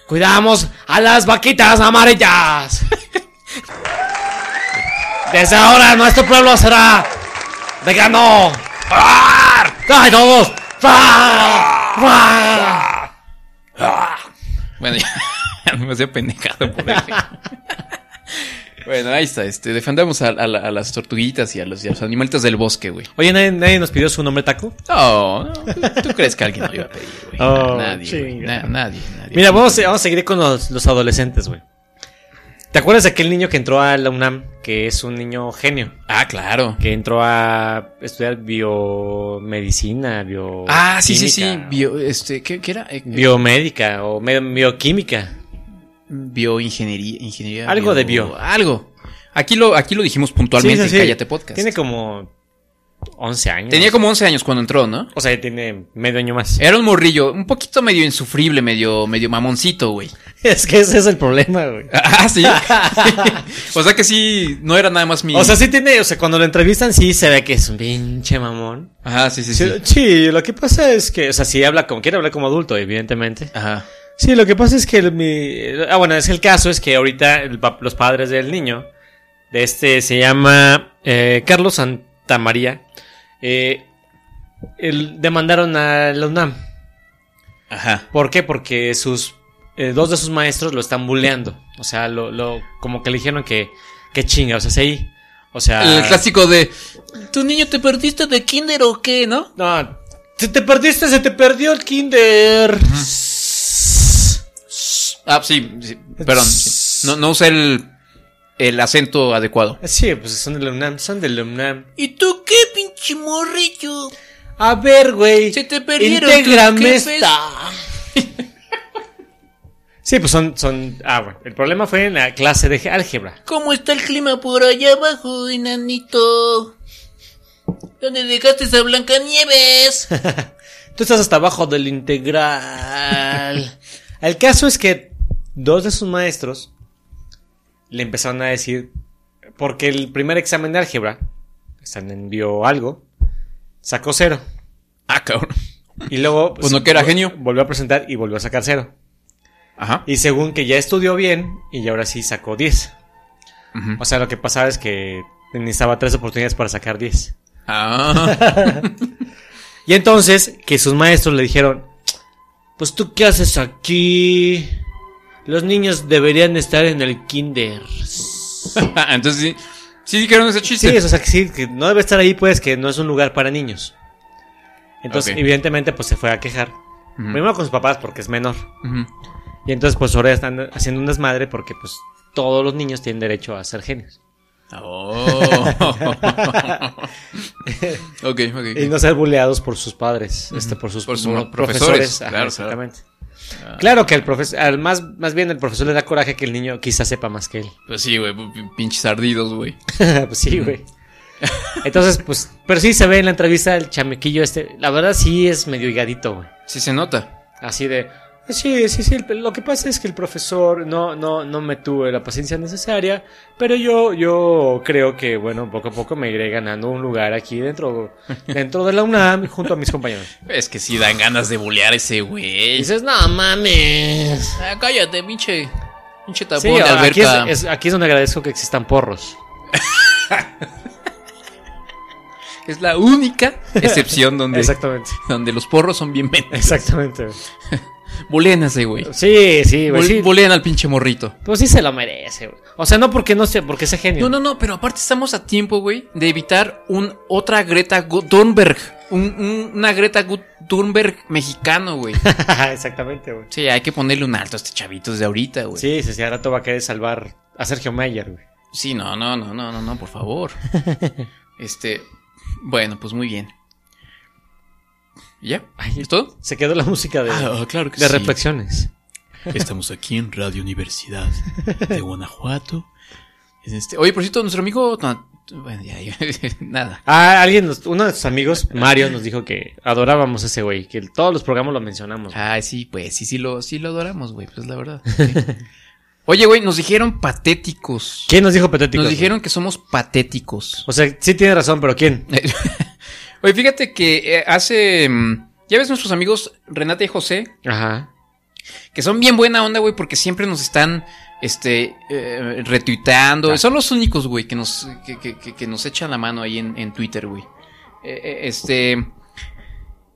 Cuidamos a las vaquitas amarillas. Desde ahora nuestro pueblo será vegano. ¡Ay, todos! ¡Far! ¡Far!
Bueno, ya me hacía pendejado por él. bueno, ahí está. Este, defendamos a, a la- a las tortuguitas y a los, y a los animalitos del bosque, güey.
Oye, ¿nadie, nadie nos pidió su nombre taco.
No, Oh, no, ¿tú, tú crees que alguien lo iba a pedir, güey?
Oh,
nadie, güey.
chinga.
Na- nadie, nadie.
Mira, vamos, a- vamos a seguir con los, los adolescentes, güey. ¿Te acuerdas de aquel niño que entró a la UNAM? Que es un niño genio.
Ah, claro.
Que entró a estudiar biomedicina, bio.
Ah, sí, sí, sí.
química,
Bio, este, ¿qué, qué era? Eh,
Biomédica o me- bioquímica.
Bioingeniería. Ingeniería,
Algo de bio.
Algo. Aquí lo, aquí lo dijimos puntualmente
Sí, sí,
en
sí.
Cállate Podcast.
Tiene como 11 años.
Tenía como Eh, 11 años cuando entró, ¿no?
O sea, ya tiene medio año más.
Era un morrillo, un poquito medio insufrible, medio, medio mamoncito, güey.
Es que ese es el problema, güey.
Ah, sí. o sea que sí, no era nada más mi.
O sea, sí tiene, o sea, cuando lo entrevistan sí se ve que es un pinche mamón.
Ajá, sí, sí, sí.
Sí, sí, lo que pasa es que, o sea, sí habla como, quiere hablar como adulto, evidentemente.
Ajá.
Sí, lo que pasa es que el- mi... Ah, bueno, es el caso, es que ahorita el pa- los padres del niño, de este, se llama eh, Carlos Santamaría, eh, el- demandaron a la UNAM.
Ajá.
¿Por qué? Porque sus eh, dos de sus maestros lo están bulleando. O sea, lo, lo- como que le dijeron que, que chinga, o sea, se ahí. O sea...
El clásico de.
¿Tu niño te perdiste de kinder o qué, no?
No, se te perdiste, se te perdió el kinder.
Ah, sí, sí, perdón. sí. No, no usé el, el acento adecuado.
Sí, pues son del UNAM, son del UNAM.
¿Y tú qué, pinche morrillo?
A ver, güey.
Se te perdieron
intégrame
tus jefes.
esta. Sí, pues son, son. Ah, bueno. El problema fue en la clase de álgebra.
¿Cómo está el clima por allá abajo, enanito? ¿Dónde dejaste a Blancanieves?
Tú estás hasta abajo del integral. el caso es que dos de sus maestros le empezaron a decir. Porque el primer examen de álgebra, San envió algo, sacó cero.
Ah, cabrón.
Y luego.
Pues no que era genio.
Volvió a presentar y volvió a sacar cero.
Ajá.
Y según que ya estudió bien, y ahora sí sacó 10.
Ujú.
O sea, lo que pasaba es que necesitaba tres oportunidades para sacar 10.
Ah.
Y entonces, que sus maestros le dijeron, pues tú qué haces aquí? Los niños deberían estar en el kinder.
Entonces sí. Sí dijeron ese
Sí,
chiste.
eso, o sea, que sí, que no debe estar ahí, pues, que no es un lugar para niños. Entonces,
Ok.
evidentemente, pues se fue a quejar.
Ujú.
Primero con sus papás, porque es menor.
Ujú.
Y entonces, pues ahora están haciendo un desmadre porque, pues, todos los niños tienen derecho a ser genios.
Oh. ok, ok.
Y
ok.
no ser buleados por sus padres, este, por sus
Por sus
pro-
profesores,
Ajá,
claro,
exactamente. Claro. que el profesor, al más, más bien el profesor le da coraje que el niño quizás sepa más que él.
Pues sí, güey. p- Pinches ardidos, güey.
pues sí, güey. Entonces, pues, pero sí se ve en la entrevista el chamequillo este. La verdad sí es medio higadito, güey.
Sí se nota.
Así de, "Pues sí, sí, sí, el- lo que pasa es que el profesor no, no, no me tuvo la paciencia necesaria, pero yo, yo creo que, bueno, poco a poco me iré ganando un lugar aquí dentro, dentro de la UNAM junto a mis compañeros.
Es que sí dan ganas de bulear ese
Y
güey.
dices, no mames.
Ah, cállate, pinche. Pinche tapón
Sí,
de
aquí es,
alberca.
es- aquí es donde agradezco que existan porros.
Es la única excepción donde,
Exactamente.
donde los porros son bienvenidos.
Exactamente.
Bulean a ese güey.
Sí, sí, güey.
Bul-
Sí,
bulean al pinche morrito.
pues sí se lo merece, güey. O sea, no porque no sé, porque sea genio.
No, no, no, pero aparte estamos a tiempo, güey, de evitar un otra Greta Gu- Thunberg. Un- un- una Greta Gu- Thunberg mexicano, güey.
Exactamente, güey.
Sí, hay que ponerle un alto a este chavito desde ahorita, güey.
Sí, sí, sí, al rato va a querer salvar a Sergio Mayer, güey.
Sí, no, no, no, no, no, no, por favor. este, bueno, pues muy bien. ¿Ya? ¿Es todo?
Se quedó la música de,
Ah, oh, claro que
de reflexiones.
Estamos aquí en Radio Universidad de Guanajuato. Este, oye, por cierto, nuestro amigo... no, bueno, ya, ya, nada.
Ah, alguien, nos- uno de sus amigos, Mario, nos dijo que adorábamos a ese güey, que en todos los programas lo mencionamos. güey.
Ay, sí, pues sí, sí lo, sí lo adoramos, güey, pues la verdad. sí. Oye, güey, nos dijeron patéticos.
¿Quién nos dijo patéticos?
Nos
güey?
dijeron que somos patéticos.
O sea, sí tiene razón, pero ¿quién?
Eh. Oye, fíjate que eh, hace... mm, Ya ves nuestros amigos Renata y José,
Ajá.
que son bien buena onda, güey, porque siempre nos están este eh, retuiteando. Son los únicos, güey, que nos, que, que- que- que nos echan la mano ahí en, en Twitter, güey. Eh, eh, este.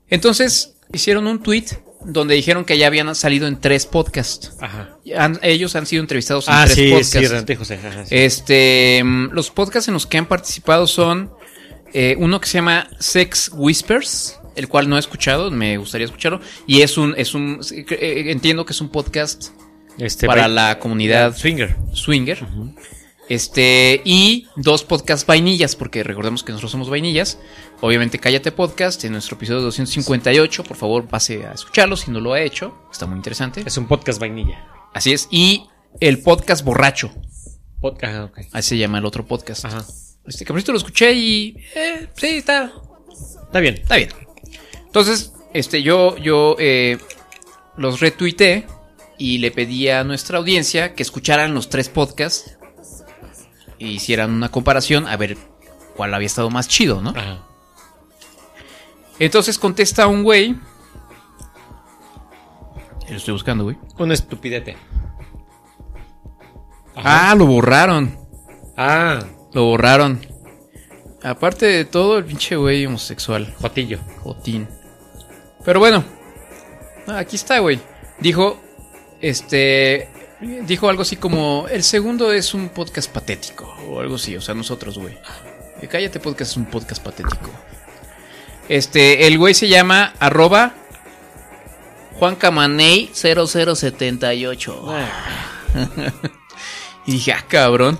Entonces, hicieron un tweet donde dijeron que ya habían salido en tres podcasts.
Ajá.
Han- ellos han sido entrevistados en
Ah,
tres
sí,
podcasts.
sí, Renate José. ajá, sí.
Este, mm, los podcasts en los que han participado son eh, uno que se llama Sex Whispers, el cual no he escuchado, me gustaría escucharlo, y es un, es un, eh, entiendo que es un podcast
Este,
para
by-
la comunidad
Swinger.
swinger, este y dos podcasts vainillas, porque recordemos que nosotros somos vainillas. Obviamente, cállate podcast en nuestro episodio 258, por favor pase a escucharlo si no lo ha hecho, está muy interesante.
Es un podcast vainilla.
Así es, y el podcast borracho,
Podcast, ah, ok.
así se llama el otro podcast.
Ajá.
Este caprichito lo escuché y. eh, sí, está,
Está bien.
está bien. Entonces, este, yo, yo eh, los retuiteé y le pedí a nuestra audiencia que escucharan los tres podcasts e hicieran una comparación a ver cuál había estado más chido, ¿no?
Ajá.
Entonces contesta un güey. Lo estoy buscando, güey.
Un estupidete.
Ah, lo borraron.
Ah,
Lo borraron. Aparte de todo, el pinche güey homosexual.
Jotillo.
Jotín. Pero bueno, Ah, aquí está, güey. Dijo, este, dijo algo así como, el segundo es un podcast patético, o algo así, o sea, nosotros, güey. Eh, Cállate podcast es un podcast patético. Este, el güey se llama arroba
Juan Camaney 0078.
Y dije, ah, cabrón.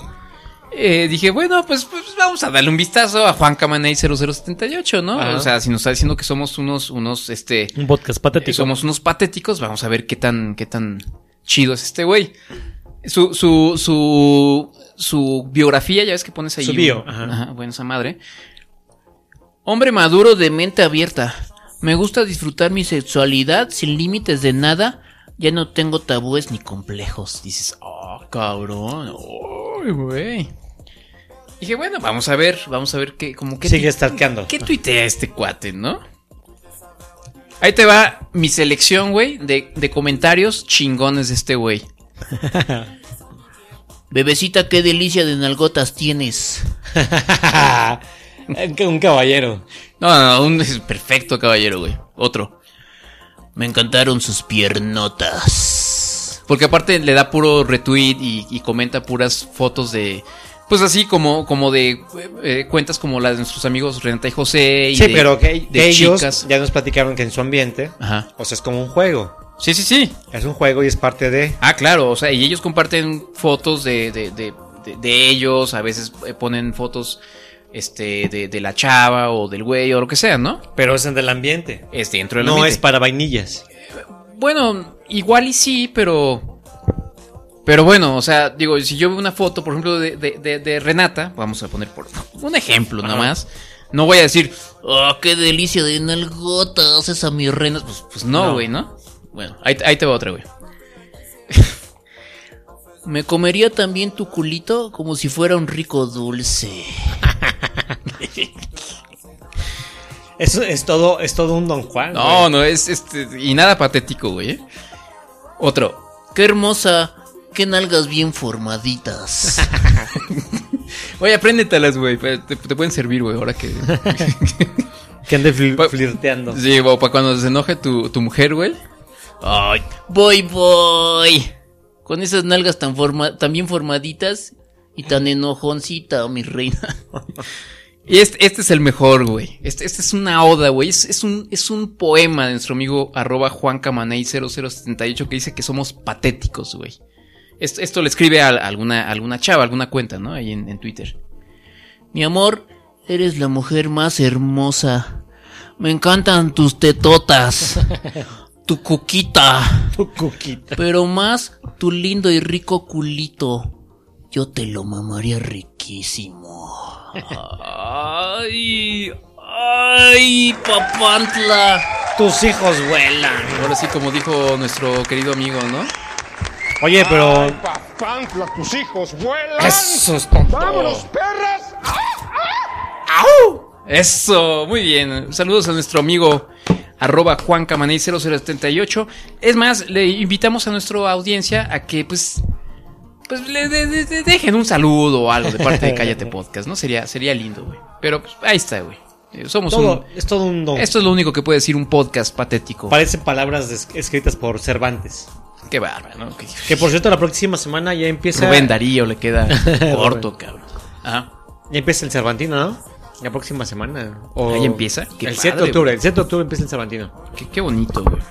Eh, dije, bueno, pues, pues, vamos a darle un vistazo a Juan Camaney 0078, ¿no?
Ajá.
O sea, si nos está diciendo que somos unos, unos, este...
Un podcast
Eh, somos unos patéticos, vamos a ver qué tan, qué tan chido es este güey. Su, su, su, su biografía, ya ves que pones ahí.
Su
un-
bio, ajá.
bueno, esa madre.
Hombre maduro de mente abierta. Me gusta disfrutar mi sexualidad sin límites de nada. Ya no tengo tabúes ni complejos.
Dices, oh, cabrón, uy, güey. Dije, bueno, vamos a ver, vamos a ver qué, como qué.
Sigue este
tu-
stalkeando.
¿Qué tuitea este cuate, no? Ahí te va mi selección, güey, de, de comentarios chingones de este güey.
Bebecita, qué delicia de nalgotas tienes.
un caballero.
No, no, no, un es perfecto caballero, güey. Otro.
Me encantaron sus piernotas.
Porque aparte le da puro retweet y, y comenta puras fotos de. Pues así como, como de eh, cuentas como las de nuestros amigos Renata y José. Y
Sí,
de-
pero que,
de
que ellos
chicas.
ya nos platicaron que en su ambiente,
Ajá.
o sea, es como un juego.
Sí, sí, sí.
Es un juego y es parte de...
Ah, claro. O sea, y ellos comparten fotos de, de, de- de- de ellos. A veces eh, ponen fotos este, de, de la chava o del güey o lo que sea, ¿no?
Pero es en el ambiente.
Es dentro del
No
ambiente.
es para vainillas.
Bueno, igual y sí, pero. Pero bueno, o sea, digo, si yo veo una foto, por ejemplo, de, de- de- de Renata, vamos a poner por un ejemplo nomás. No voy a decir, pues,
Oh, qué delicia de nalgotas esa mi reina.
pues, pues no, güey, ¿no? Bueno, ahí, ahí te va otra, güey.
Me comería también tu culito como si fuera un rico dulce.
Eso es todo, es todo un Don Juan.
No,
güey.
no, es este. Y nada patético, güey. ¿eh? Otro.
Qué hermosa, qué nalgas bien formaditas.
Oye, apréndetelas, güey. Te, te pueden servir, güey, ahora que.
Que ande fli-
Pa-
flirteando.
sí, güey, para cuando se enoje tu, tu mujer, güey.
Ay, voy, voy. Con esas nalgas tan, forma, tan bien formaditas y tan enojoncita, mi reina.
Y este, este es el mejor, güey. Este, este es una oda, güey. Es, es un, es un poema de nuestro amigo arroba juancamaney0078 que dice que somos patéticos, güey. Esto, esto le escribe a alguna, alguna chava, alguna cuenta, ¿no? Ahí en, en Twitter.
Mi amor, eres la mujer más hermosa. Me encantan tus tetotas. Tu cuquita. Pero más tu lindo y rico culito. Yo te lo mamaría riquísimo. Ay, ay, papantla.
Tus hijos vuelan.
Ahora sí, como dijo nuestro querido amigo, ¿no?
Oye, pero.
Ay, papantla, tus hijos vuelan.
Eso es tonto.
¡Vámonos, perras!
Eso, muy bien. Saludos a nuestro amigo arroba juancamaney0078. Es más, le invitamos a nuestra audiencia a que pues pues le de- de- de- dejen un saludo o algo de parte de Cállate Podcast, ¿no? Sería, sería lindo, güey. Pero pues, ahí está, güey. Eh, Somos
Todo, es todo un don.
un... Esto es lo único que puede decir un podcast patético.
Parecen palabras des- escritas por Cervantes.
Qué bárbaro, ¿no? Que-
Que por cierto, la próxima semana ya empieza.
Rubén Darío le queda corto, cabrón. Ajá.
Ya empieza el Cervantino, ¿no? La próxima semana. O-
Ahí empieza. Qué
el 7 de
padre,
octubre.
güey.
El 7 de octubre empieza el Cervantino.
Qué, qué bonito, güey.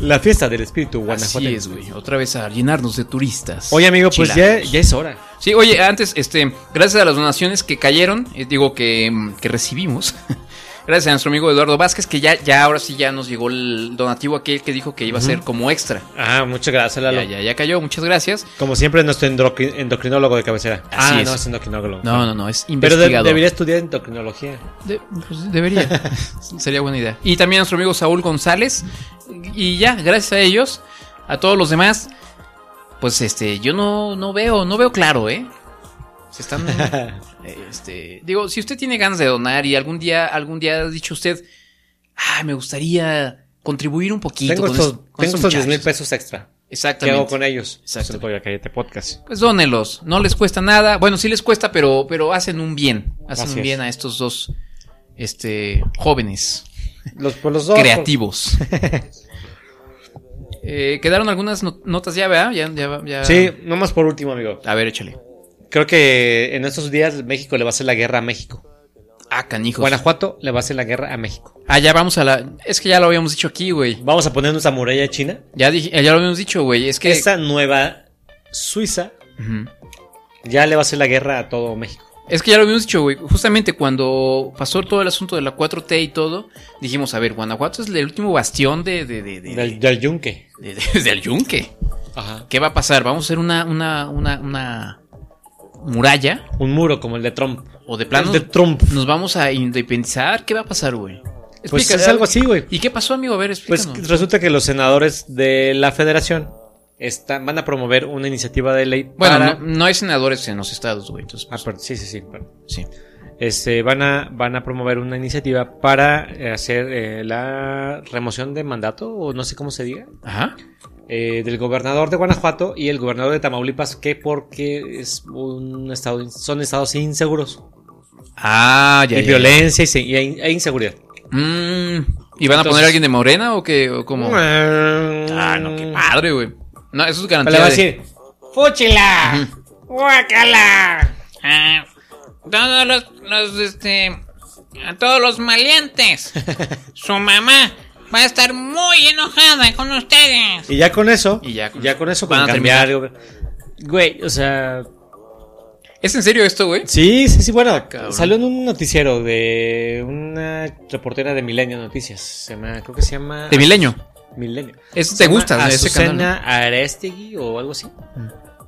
La fiesta del espíritu Guanajuato.
Así es, güey. Otra vez a llenarnos de turistas.
Oye, amigo, pues ya,
Chilangos.
ya es hora.
Sí, oye, antes, este, gracias a las donaciones que cayeron, eh, digo que, mm, que recibimos, gracias a nuestro amigo Eduardo Vázquez, que ya, ya ahora sí ya nos llegó el donativo aquel que dijo que iba a ser como extra.
Ah, muchas gracias, Lalo.
Ya, ya, ya cayó, muchas gracias.
Como siempre, nuestro endocri- endocrinólogo de cabecera.
Así
ah,
es.
no, es endocrinólogo.
No, no, no, es
Pero de-
investigador.
debería estudiar endocrinología.
De- pues, debería, sería buena idea. Y también a nuestro amigo Saúl González, y ya, gracias a ellos, a todos los demás, pues este, yo no, no veo, no veo claro, ¿eh? Se están Este, digo, si usted tiene ganas de donar y algún día, algún día ha dicho usted, ah, me gustaría contribuir un poquito.
tengo
con
estos,
es- con estos
tengo estos 10 mil
muchachos".
pesos extra. ¿Qué
Exactamente.
hago con ellos? Pues,
Exacto.
Se puede Cállate Podcast.
Pues dónelos, no les cuesta nada. Bueno, sí les cuesta, pero, pero hacen un bien. Hacen
Así
un bien
es.
a estos dos este, jóvenes
Los, por los dos. pues.
creativos. Eh, quedaron algunas no- notas ya, ¿verdad? Ya, ya, ya-
Sí, nomás por último, amigo.
A ver, échale.
Creo que en estos días México le va a hacer la guerra a México.
Ah, canijos.
Guanajuato le va a hacer la guerra a México.
Ah, ya vamos a la. Es que ya lo habíamos dicho aquí, güey.
Vamos a poner nuestra muralla china.
Ya, dije- eh, ya lo habíamos dicho, güey. Es que.
Esta nueva Suiza
Ujú.
ya le va a hacer la guerra a todo México.
Es que ya lo habíamos dicho, güey. Justamente cuando pasó todo el asunto de la 4T y todo, dijimos, a ver, Guanajuato es el último bastión de, de, de- de-
Del, del yunque.
de- de- del yunque.
Ajá.
¿Qué va a pasar? ¿Vamos a hacer una, una, una, una muralla?
Un muro como el de Trump.
¿O de plano
El de Trump.
nos vamos a independizar? ¿Qué va a pasar, güey?
Pues
Explica-
es algo así, güey.
¿Y qué pasó, amigo? A ver,
Pues
explícanos.
resulta que los senadores de la federación están, van a promover una iniciativa de ley
bueno,
para...
no, no hay senadores en los estados, güey. Entonces,
Ah, perdón, sí, sí, sí. perdón.
sí.
Este, van, a, van a promover una iniciativa para eh, hacer eh, la remoción de mandato, o no sé cómo se diga,
Ajá.
eh, del gobernador de Guanajuato y el gobernador de Tamaulipas, que porque es un estado, son estados inseguros.
Ah, ya.
y
ya, ya.
violencia y se- y in- e inseguridad.
Mm, ¿Y van a poner
Entonces-
a alguien de Morena o qué? O cómo? Ah,
Ah,
no, qué padre, güey. No, eso es
Le
garantía.
va a
de-
decir,
¡Fúchila! ¡Guácala!
Ah, todos los, los, este, a todos los maleantes. Su mamá va a estar muy enojada con ustedes.
Y ya con eso,
Y ya con eso.
con eso,
Van
con
a
cambiar. Güey, o sea,
¿Es en serio esto, güey?
sí, sí, sí, bueno,
cabrón.
salió en un noticiero de una reportera de Milenio Noticias, se llama, creo que se llama...
De Milenio.
Milenio.
Eso te gusta, ¿no? Mm. ese canal.
Azucena Arestegui o algo así.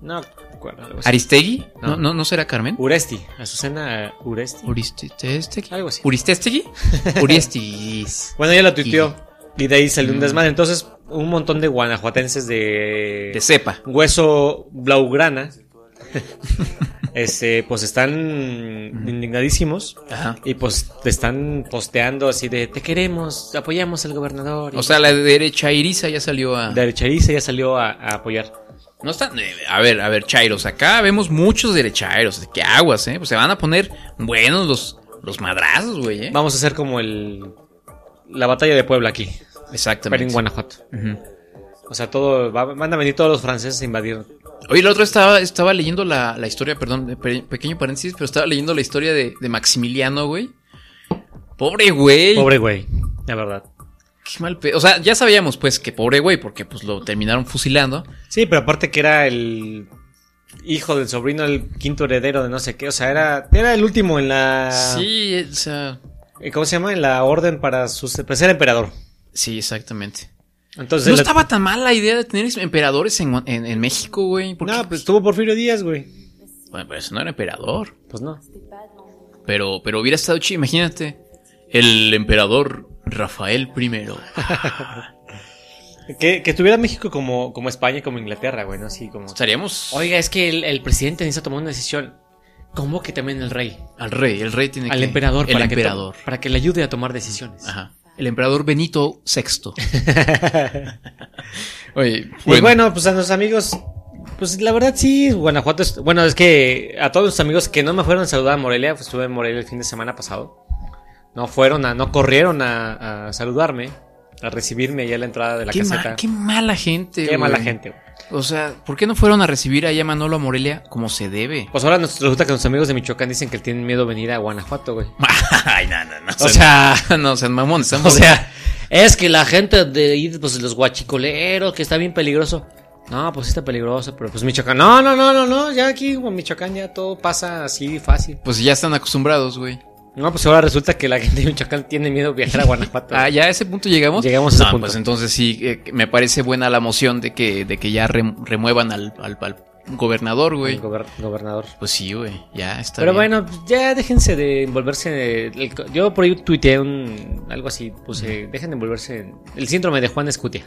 No, recuerdo, algo así.
¿Aristegui?
No.
No, no, ¿no será Carmen?
Uresti, Azucena Uresti.
¿Uristestegui?
Algo así.
¿Uristestegui? Uriestegui.
Bueno, ella lo tuiteó y de ahí salió
Mm.
un desmadre. Entonces, un montón de guanajuatenses de...
De cepa.
hueso blaugrana, este, pues están indignadísimos
Ajá.
y pues te están posteando así de te queremos, apoyamos al gobernador.
O sea, la derecha Irisa ya salió a...
la derechariza ya salió a, a apoyar.
No están... eh, A ver, a ver, Chairos. Acá vemos muchos derechairos. ¿Qué aguas, eh? Pues se van a poner buenos los, los madrazos, güey, eh.
Vamos a hacer como el la batalla de Puebla aquí, pero en
Exactamente.
Guanajuato.
Ujú.
O sea, todo, va- van a venir todos los franceses a invadir.
Oye, el otro estaba, estaba leyendo la, la historia, perdón, de pe- pequeño paréntesis, pero estaba leyendo la historia de, de Maximiliano, güey. Pobre güey.
Pobre güey, la verdad.
Qué mal pe- O sea, ya sabíamos, pues, que pobre güey, porque pues lo terminaron fusilando.
Sí, pero aparte que era el hijo del sobrino, el quinto heredero de no sé qué. O sea, era, era el último en la.
Sí, o sea.
eh, ¿Cómo se llama? En la orden para, sus, para ser emperador.
Sí, exactamente.
Entonces.
No
la-
estaba tan mal la idea de tener emperadores en, en- en México, güey. porque-
No, pues tuvo Porfirio Díaz, güey.
Bueno, pero eso no era emperador.
Pues no.
Pero, pero hubiera estado chido, imagínate. El emperador Rafael I.
Que, que tuviera México como, como España, como Inglaterra, güey, ¿no? Así como.
Estaríamos
Oiga, es que el, el presidente necesita tomar una decisión. Convoque también al rey,
al rey, el rey tiene
al
que...
emperador,
el
para,
emperador.
Que to- para que le ayude a tomar decisiones.
Ajá. El emperador Benito VI. Oye,
Pues bueno. pues a nuestros amigos, pues la verdad sí, Guanajuato es, bueno, es que a todos los amigos que no me fueron a saludar a Morelia, pues estuve en Morelia el fin de semana pasado. No fueron a, no corrieron a, a saludarme, a recibirme allá a la entrada de la
qué, ma-
caseta.
qué mala gente.
Qué
güey.
mala gente. güey.
O sea, ¿por qué no fueron a recibir allá a Manolo a Morelia como se debe?
Pues ahora nos resulta que nuestros amigos de Michoacán dicen que tienen miedo venir a Guanajuato, güey.
Ay, no, no, no. O sea, no, sean mamones. sean
O sea, es que la gente de ahí, pues los guachicoleros, que está bien peligroso. No, pues sí está peligroso, pero
Pues Michoacán, no, no, no, no, no, ya aquí en Michoacán ya todo pasa así fácil.
Pues ya están acostumbrados, güey.
No, pues ahora resulta que la gente de Michoacán tiene miedo viajar a Guanajuato.
Ah, ya a ese punto llegamos.
Llegamos a ese
No,
punto.
Pues entonces sí, eh, me parece buena la moción de que, de que ya rem- remuevan al, al- al gobernador,
güey.
güey.
gobernador.
Pues sí, güey. Ya está.
Pero
bien.
bueno, pues, ya déjense de envolverse. en el- el- yo por ahí tuiteé un, algo así, puse, dejen de envolverse en el síndrome de Juan Escutia.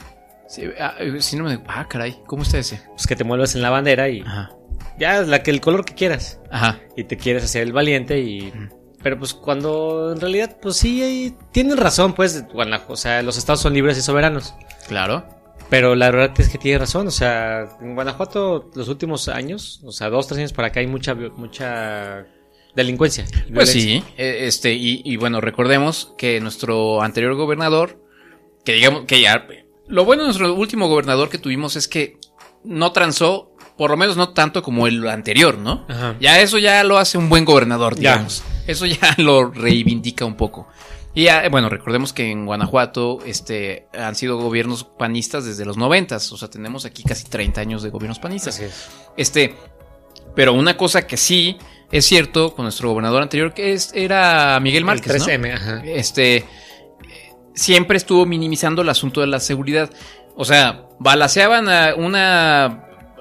Sí, ah, eh, síndrome de- Ah, caray. ¿Cómo está ese?
Pues que te envuelvas en la bandera y
Ajá.
ya la que el color que quieras
Ajá.
y te quieres hacer el valiente y pero pues cuando en realidad pues sí ahí tienen razón, pues Guanajuato, o sea, los estados son libres y soberanos.
Claro.
Pero la verdad es que tiene razón, o sea, en Guanajuato los últimos años, o sea, dos, tres años para acá hay mucha vi- mucha delincuencia. y
Pues
violencia.
sí, eh, este, y, y bueno, recordemos que nuestro anterior gobernador, que digamos que ya, lo bueno de nuestro último gobernador que tuvimos es que no transó, por lo menos no tanto como el anterior, ¿no?
Ajá.
Ya eso ya lo hace un buen gobernador,
Ya.
digamos. Eso ya lo reivindica un poco. Y ya, eh, bueno, recordemos que en Guanajuato este, han sido gobiernos panistas desde los noventas, o sea, tenemos aquí casi 30 años de gobiernos panistas.
Así es.
Este, pero una cosa que sí es cierto con nuestro gobernador anterior, que es, era Miguel Márquez,
el
¿no?
3M, ajá.
Este, eh, siempre estuvo minimizando el asunto de la seguridad. O sea, balaceaban a una,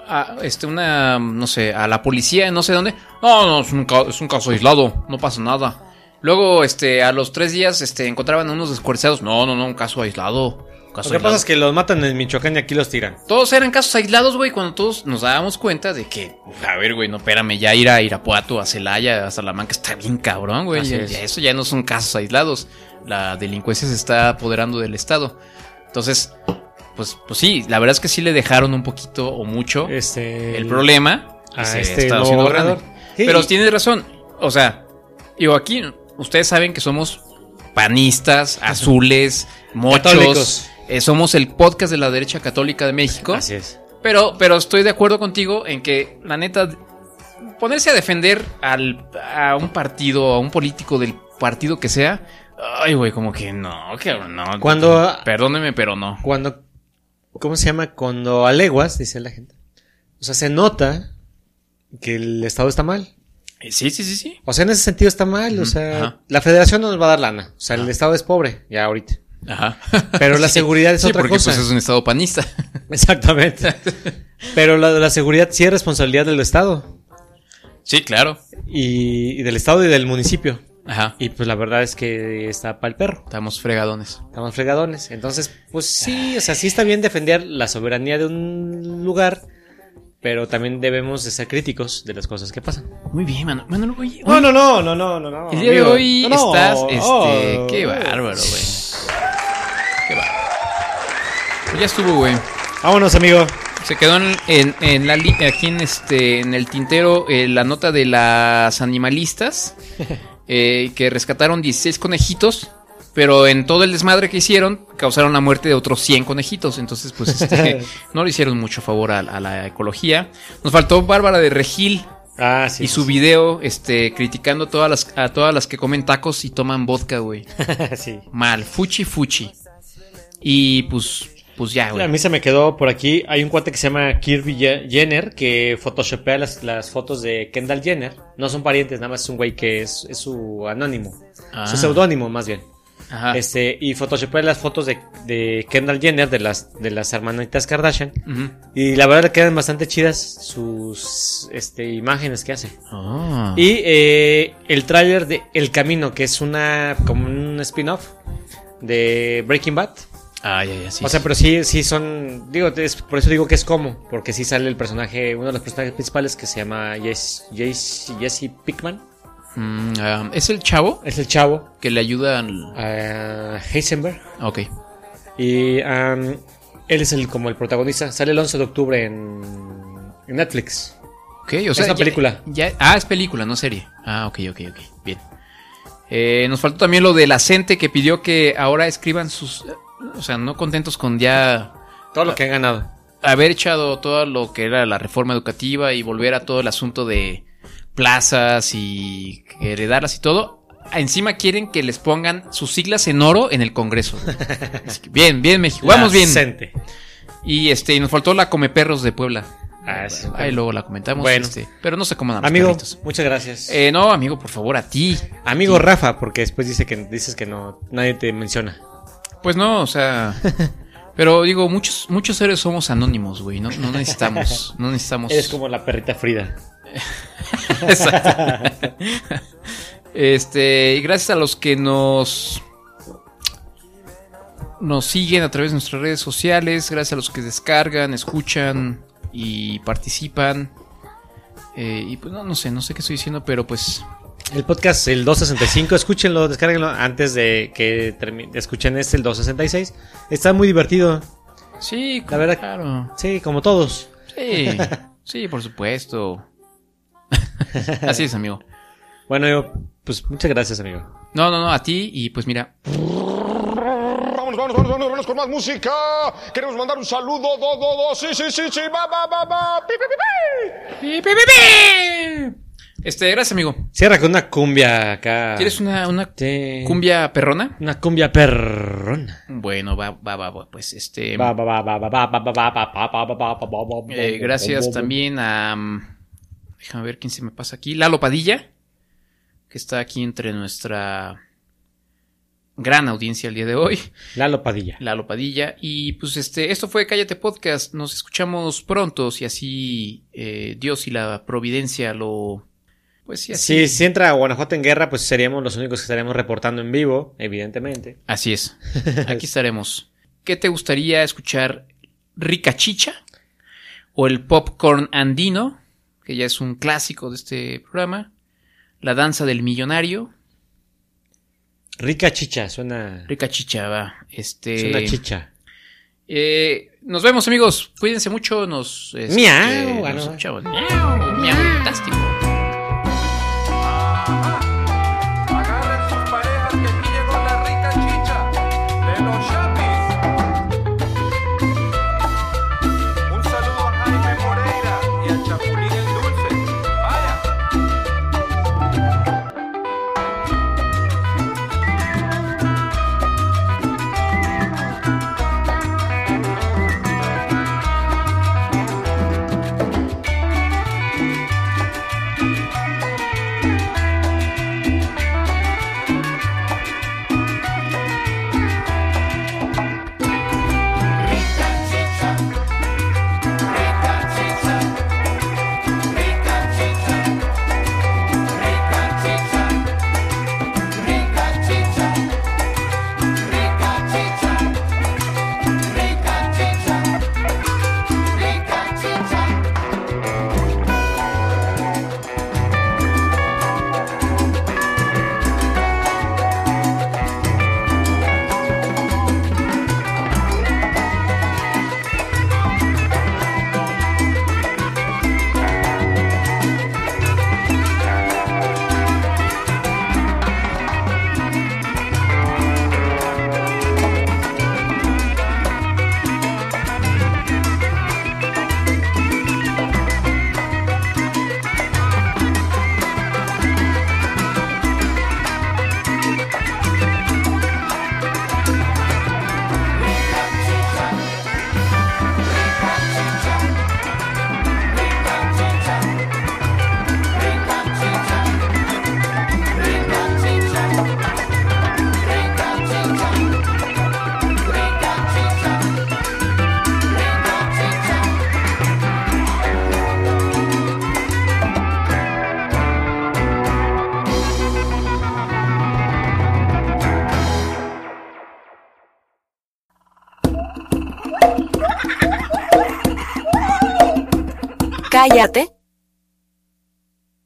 a, este, una, no sé, a la policía en no sé dónde. No, no, es un, ca- es un caso aislado, no pasa nada. Luego, este, a los tres días, este, encontraban a unos descuartizados. No, no, no, un caso aislado. un caso
Lo que
aislado.
pasa es que los matan en Michoacán y aquí los tiran.
Todos eran casos aislados, güey, cuando todos nos dábamos cuenta de que, a ver, güey, no, espérame, ya ir a Irapuato, a Celaya, a Salamanca, está bien cabrón, güey.
Así
Ya-
es.
ya Eso ya no son casos aislados. La delincuencia se está apoderando del Estado. Entonces, pues, pues sí, la verdad es que sí le dejaron un poquito o mucho
Este,
el problema. y
a
se
este
está
nuevo
haciendo
gobernador.
grande.
Sí.
Pero tienes razón. O sea, digo, aquí ustedes saben que somos panistas, azules, mochos.
Católicos.
Eh, somos el podcast de la derecha católica de México.
Así es.
Pero, pero estoy de acuerdo contigo en que, la neta, ponerse a defender al, a un partido, a un político del partido que sea. Ay, güey, como que no, que no.
Cuando-
Perdóneme, pero no.
Cuando. ¿Cómo se llama? Cuando aleguas, dice la gente. O sea, se nota que el Estado está mal.
Eh, Sí, sí, sí, sí.
O sea, en ese sentido está mal. O sea,
ajá.
la federación no nos va a dar lana. O sea, el Estado es pobre, ya ahorita.
Ajá.
Pero la seguridad es
Sí,
otra
porque,
cosa.
Pues, es un estado panista.
Exactamente. Pero la de la seguridad sí es responsabilidad del Estado.
Sí, claro.
Y, y del Estado y del municipio.
Ajá.
Y pues la verdad es que está para el perro.
Estamos fregadones.
Estamos fregadones. Entonces, pues sí, o sea, sí está bien defender la soberanía de un lugar, pero también debemos de ser críticos de las cosas que pasan.
Muy bien, mano. Manolo, oye,
No, no, no, no, no, no. no
El día de
amigo.
hoy
No, no,
estás, este,
oh,
qué
oh.
bárbaro, güey. Qué bárbaro. Pues ya estuvo, güey.
Vámonos, amigo.
Se quedó en, en- en la li- aquí en este en el tintero eh, la nota de las animalistas eh, que rescataron 16 conejitos Pero en todo el desmadre que hicieron, causaron la muerte de otros 100 conejitos. Entonces, pues este, no le hicieron mucho favor a, a la ecología. Nos faltó Bárbara de Regil
Ah, sí.
y su video este, criticando a todas, las, a todas las que comen tacos y toman vodka, güey.
sí.
Mal, fuchi fuchi. Y pues, pues ya,
A
güey.
mí se me quedó por aquí. Hay un cuate que se llama Kirby Ye- Jenner que photoshopea las, las fotos de Kendall Jenner. No son parientes, nada más es un güey que es, es su anónimo.
Ah.
Su seudónimo, más bien.
Ajá.
Este, y photoshopea las fotos de, de Kendall Jenner, de las, de las hermanitas Kardashian.
Ujú.
Y la verdad quedan bastante chidas sus este, imágenes que hace.
Ah.
Y eh, el tráiler de El Camino, que es una como un spin-off de Breaking Bad.
Ah, ya, ya, sí.
o sea, pero sí, sí son. Digo, es- por eso digo que es como. Porque sí sale el personaje, uno de los personajes principales que se llama Jesse, Jesse, Jesse Pickman.
Mm, ah, ¿Es el chavo
Es el chavo.
que le ayuda al...
a Heisenberg.
Ok.
Y am, él es el como el protagonista. Sale el 11 de octubre en, en Netflix.
Ok, o sea,
una
ya-
película.
ya- ah, es película, no serie. Ah, ok, ok, ok. Bien. Eh, nos faltó también lo de la gente que pidió que ahora escriban sus. O sea, no contentos con ya
Todo lo que han ganado.
haber echado todo lo que era la reforma educativa y volver a todo el asunto de plazas y heredarlas y todo. Encima quieren que les pongan sus siglas en oro en el Congreso. Así que bien, bien, México. Vamos bien.
Cente.
Y este, y nos faltó la Come Perros de Puebla.
Ah, es-
Ahí luego la comentamos.
Bueno.
este, pero no se coman a los
Amigo,
perritos.
muchas gracias.
Eh, no, amigo, por favor, a ti.
Amigo Rafa, porque después dice que dices que no nadie te menciona.
Pues no, o sea. Pero digo, muchos, muchos seres somos anónimos, güey. No, no necesitamos. No necesitamos.
Eres como la perrita Frida.
Exacto. Este, y gracias a los que nos. Nos siguen a través de nuestras redes sociales. Gracias a los que descargan, escuchan y participan. Eh, y pues no, no sé, no sé qué estoy diciendo, pero pues.
El podcast, el 265, escúchenlo, descárguenlo antes de que termine- escuchen este, el 266. Está muy divertido.
Sí,
La verdad-
claro.
Sí, como todos.
Sí, sí, por supuesto. Así es, amigo.
Bueno, yo, pues muchas gracias, amigo.
No, no, no, a ti y pues mira,
Vámonos, vámonos, vámonos, vámonos con más música. Queremos mandar un saludo, do, do, do, sí, sí, sí, sí, va, va, va, va, pi, pi, pi, pi.
este, gracias amigo.
Cierra con una cumbia acá.
¿Quieres una, una
Sí.
cumbia perrona?
Una cumbia perrona.
Bueno, va, va, va, va, pues este.
Va, va, va, va, va, va, va, va, va, va, va, va, va, va, va, va, va,
eh,
va,
gracias
va, va,
también a. mm, Déjame ver quién se me pasa aquí. Lalo Padilla, que está aquí entre nuestra gran audiencia el día de hoy.
Lalo Padilla.
Lalo Padilla. Y pues este, esto fue Cállate Podcast. Nos escuchamos pronto, si así eh, Dios y la providencia lo. Pues sí, así.
Si, si entra Guanajuato en guerra, pues seríamos los únicos que estaríamos reportando en vivo, evidentemente.
Así es. Aquí estaremos. ¿Qué te gustaría escuchar? ¿Rica Chicha? ¿O el Popcorn Andino? Que ya es un clásico de este programa. La danza del millonario.
Rica chicha, suena.
Rica Chicha va. Este.
Suena chicha.
Eh, nos vemos, amigos. Cuídense mucho. Nos. este,
Miau, ah, no.
nos escuchamos. Miau, miau, fantástico.
Agarren sus parejas que aquí llegó la rica chicha de los Chapis. Un saludo a Jaime Moreira y a Chapulín el Dulce. Vaya.
Cállate